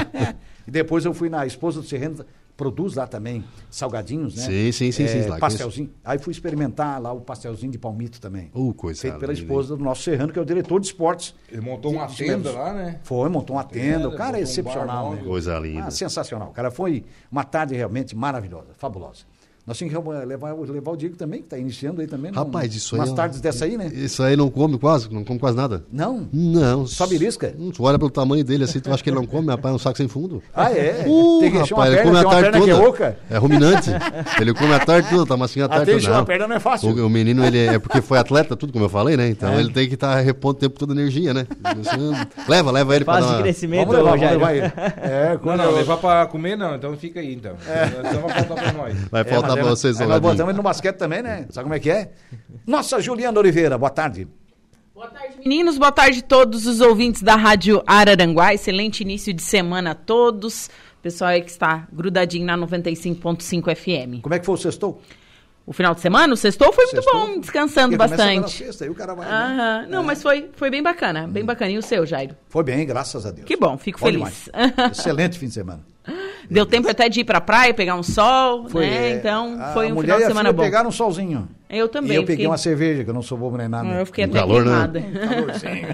E: E depois eu fui na esposa do Serrano, produz lá também salgadinhos, né?
D: Sim, sim, sim, sim, lá, conheço.
E: pastelzinho. Aí fui experimentar lá o pastelzinho de palmito também.
D: Ô, coisa
E: feito pela
D: linda,
E: esposa do nosso Serrano, que é o diretor de esportes.
B: Ele montou uma
E: Isso
B: tenda
E: mesmo.
B: lá, né?
E: Foi, montou uma tenda. O
B: Tenda,
E: cara
B: montou
E: é
B: um
E: excepcional,
B: bar
E: né?
B: móvel.
D: Coisa linda.
E: Ah, sensacional. Cara, foi uma tarde realmente maravilhosa, fabulosa. Nós tínhamos que levar, levar o Diego também, que está iniciando aí também.
D: Rapaz,
E: num-
D: isso aí.
E: Umas
D: é um-
E: tardes dessa aí, né?
D: Isso aí não come quase, não come quase nada.
E: Não?
D: Não.
E: Só belisca?
D: Hum, Tu olha pelo tamanho dele assim, tu acha que ele não come, rapaz, é um saco sem fundo.
E: Ah, é?
D: Uh,
E: Tem que encher uma
D: rapaz, ele come
E: perna,
D: a
E: tem uma
D: tarde
E: perna que é oca.
D: toda. É ruminante. Ele come a tarde toda, tá massinha a tarde
E: Até encher
D: toda.
E: uma
D: Não.
E: perna não é fácil.
D: O, o menino, ele é porque foi atleta, tudo como eu falei, né? Então
E: É.
D: ele tem que estar repondo o tempo toda a energia, né? Isso- Leva, leva ele
F: Fase
D: pra
F: de
D: dar uma...
F: crescimento,
E: vamos
F: Rogério.
E: levar ele. É,
B: Não,
E: quando
B: não,
E: eu-
B: levar pra comer não, então fica aí então. Então vai faltar pra nós.
D: Vai
E: É,
D: faltar
E: mas
D: pra
E: ela-
D: vocês,
E: aí Nós
D: salgadinho.
E: botamos ele no basquete também, né? Sabe como é que é? Nossa, Juliana Oliveira, boa tarde.
I: Boa tarde, meninos. Boa tarde a todos os ouvintes da Rádio Araranguá. Excelente início de semana a todos. Pessoal aí que está grudadinho na 95.5 FM.
E: Como é que foi o sextou?
I: O final de semana, o sextou, foi muito
E: Sextou.
I: bom, descansando
E: Porque começa pela
I: bastante. Ah.
E: Sexta, aí o cara vai, né? Hum.
I: Aham. Não, mas foi, foi bem bacana. Bem bacana. E o seu, Jairo?
E: Foi bem, graças a Deus.
I: Que bom, fico feliz.
E: demais. Excelente fim de semana.
I: Deu tempo até de ir pra praia, pegar um sol, né?
E: é,
I: Então,
E: a
I: foi um
E: mulher
I: final
E: e
I: de
E: a
I: semana
E: filha
I: bom.
E: pegaram um solzinho.
I: Eu também.
E: E eu peguei
I: fiquei-
E: uma cerveja, que eu não sou bobo nem nada.
I: Eu fiquei
D: Um
I: até
D: calor, né?
I: queimada.
E: Calorzinho.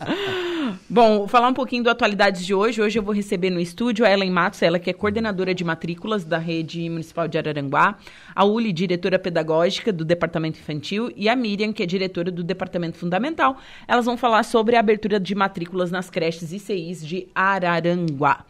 I: Bom, vou falar um pouquinho do Atualidades de hoje. Hoje eu vou receber no estúdio a Ellen Matos, ela que é coordenadora de matrículas da Rede Municipal de Araranguá, a Uli, diretora pedagógica do Departamento Infantil, e a Miriam, que é diretora do Departamento Fundamental. Elas vão falar sobre a abertura de matrículas nas creches ICIs de Araranguá.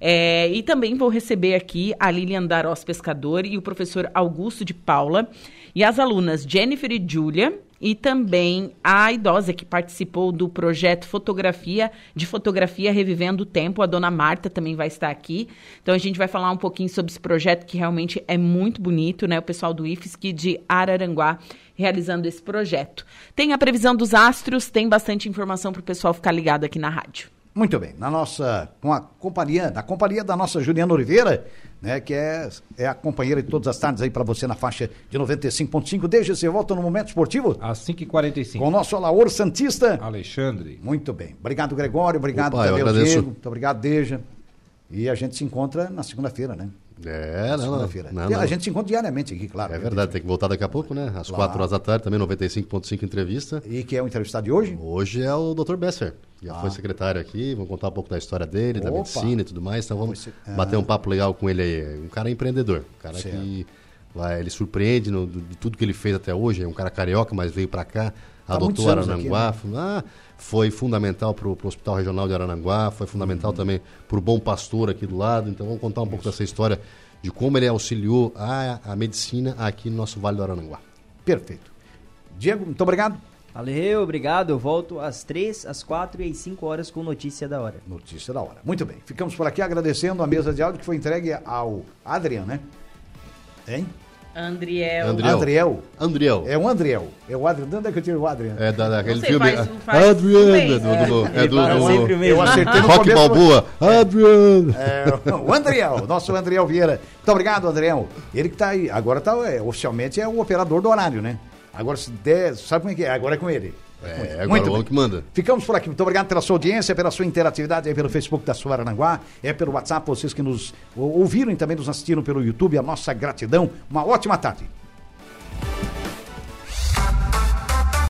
I: É, e também vou receber aqui a Lilian Darós Pescador e o professor Augusto de Paula, e as alunas Jennifer e Júlia, e também a idosa que participou do projeto Fotografia, de Fotografia Revivendo o Tempo, a dona Marta também vai estar aqui. Então a gente vai falar um pouquinho sobre esse projeto que realmente é muito bonito, né? O pessoal do IFSC de Araranguá realizando esse projeto. Tem a previsão dos astros, tem bastante informação para o pessoal ficar ligado aqui na rádio.
E: Muito bem, na nossa, com a companhia, da companhia da nossa Juliana Oliveira, né, que é, é a companheira de todas as tardes aí para você na faixa de 95.5. Desde você volta no momento esportivo
B: Às
E: com o
B: 5h45.
E: nosso Alaor Santista.
B: Alexandre.
E: Muito bem. Obrigado, Gregório. Obrigado
D: Opa, eu
E: também, ao
D: agradeço.
E: Diego. Muito obrigado, Deja. E a gente se encontra na segunda-feira, né?
D: É,
E: Na
D: não,
E: segunda-feira.
D: não, não,
E: E
D: não.
E: A gente tá se encontra diariamente aqui, claro.
D: É verdade, tem que voltar daqui a pouco, né? Às
E: Claro.
D: 4 horas da tarde, também 95.5 entrevista.
E: E que é o entrevistado de hoje?
D: Hoje é o Dr. Besser. Já foi secretário aqui, vamos contar um pouco da história dele, da
E: Ah. Opa.
D: medicina e tudo mais. Então vamos
E: Foi se- Ah.
D: bater um papo legal com ele aí. Um cara empreendedor, um cara
E: Certo.
D: que vai, ele surpreende no- do- de tudo que ele fez até hoje. É um cara carioca, mas veio para cá,
E: Tá muitos
D: adotou
E: anos né?
D: Arananguá. Ah, foi fundamental para o Hospital Regional de Arananguá, foi fundamental
E: Uhum.
D: também para o Bom Pastor aqui do lado. Então vamos contar um pouco dessa história de como ele auxiliou a, a medicina aqui no nosso Vale do Arananguá.
E: Perfeito. Diego, muito obrigado.
F: Valeu, obrigado. Eu volto às 3, às 4 e às 5 horas com notícia da hora.
E: Notícia da hora. Muito bem. Ficamos por aqui agradecendo a mesa de áudio que foi entregue ao Adrian, né? Hein? É
I: Andriel.
D: Andriel.
E: Adriel.
D: Andriel.
E: É o Andriel. É o Adrian. De onde é que eu tiro o Adrian?
D: É da, daquele
I: sei,
D: filme.
I: faz um-
D: ah,
I: faz um
D: Adriana,
I: bem.
D: do, do, é
F: Ele
D: do,
I: um
F: fala
D: do-
F: sempre o mesmo.
E: Eu acertei no
D: Rock
E: começo.
D: Balboa. Adriana.
E: É, o Andriel, nosso Andriel Vieira. Muito obrigado, Andriel. Ele que tá aí, agora tá, é, oficialmente é o operador do horário, né? Agora se der, sabe como é que é? Agora é com ele. com ele.
D: É, agora
E: Muito
D: o
E: bem.
D: homem que manda.
E: Ficamos por aqui. Muito obrigado pela sua audiência, pela sua interatividade, é pelo Facebook da Sua Arananguá, é pelo WhatsApp, vocês que nos ou- ouviram e também nos assistiram pelo YouTube. A nossa gratidão. Uma ótima tarde.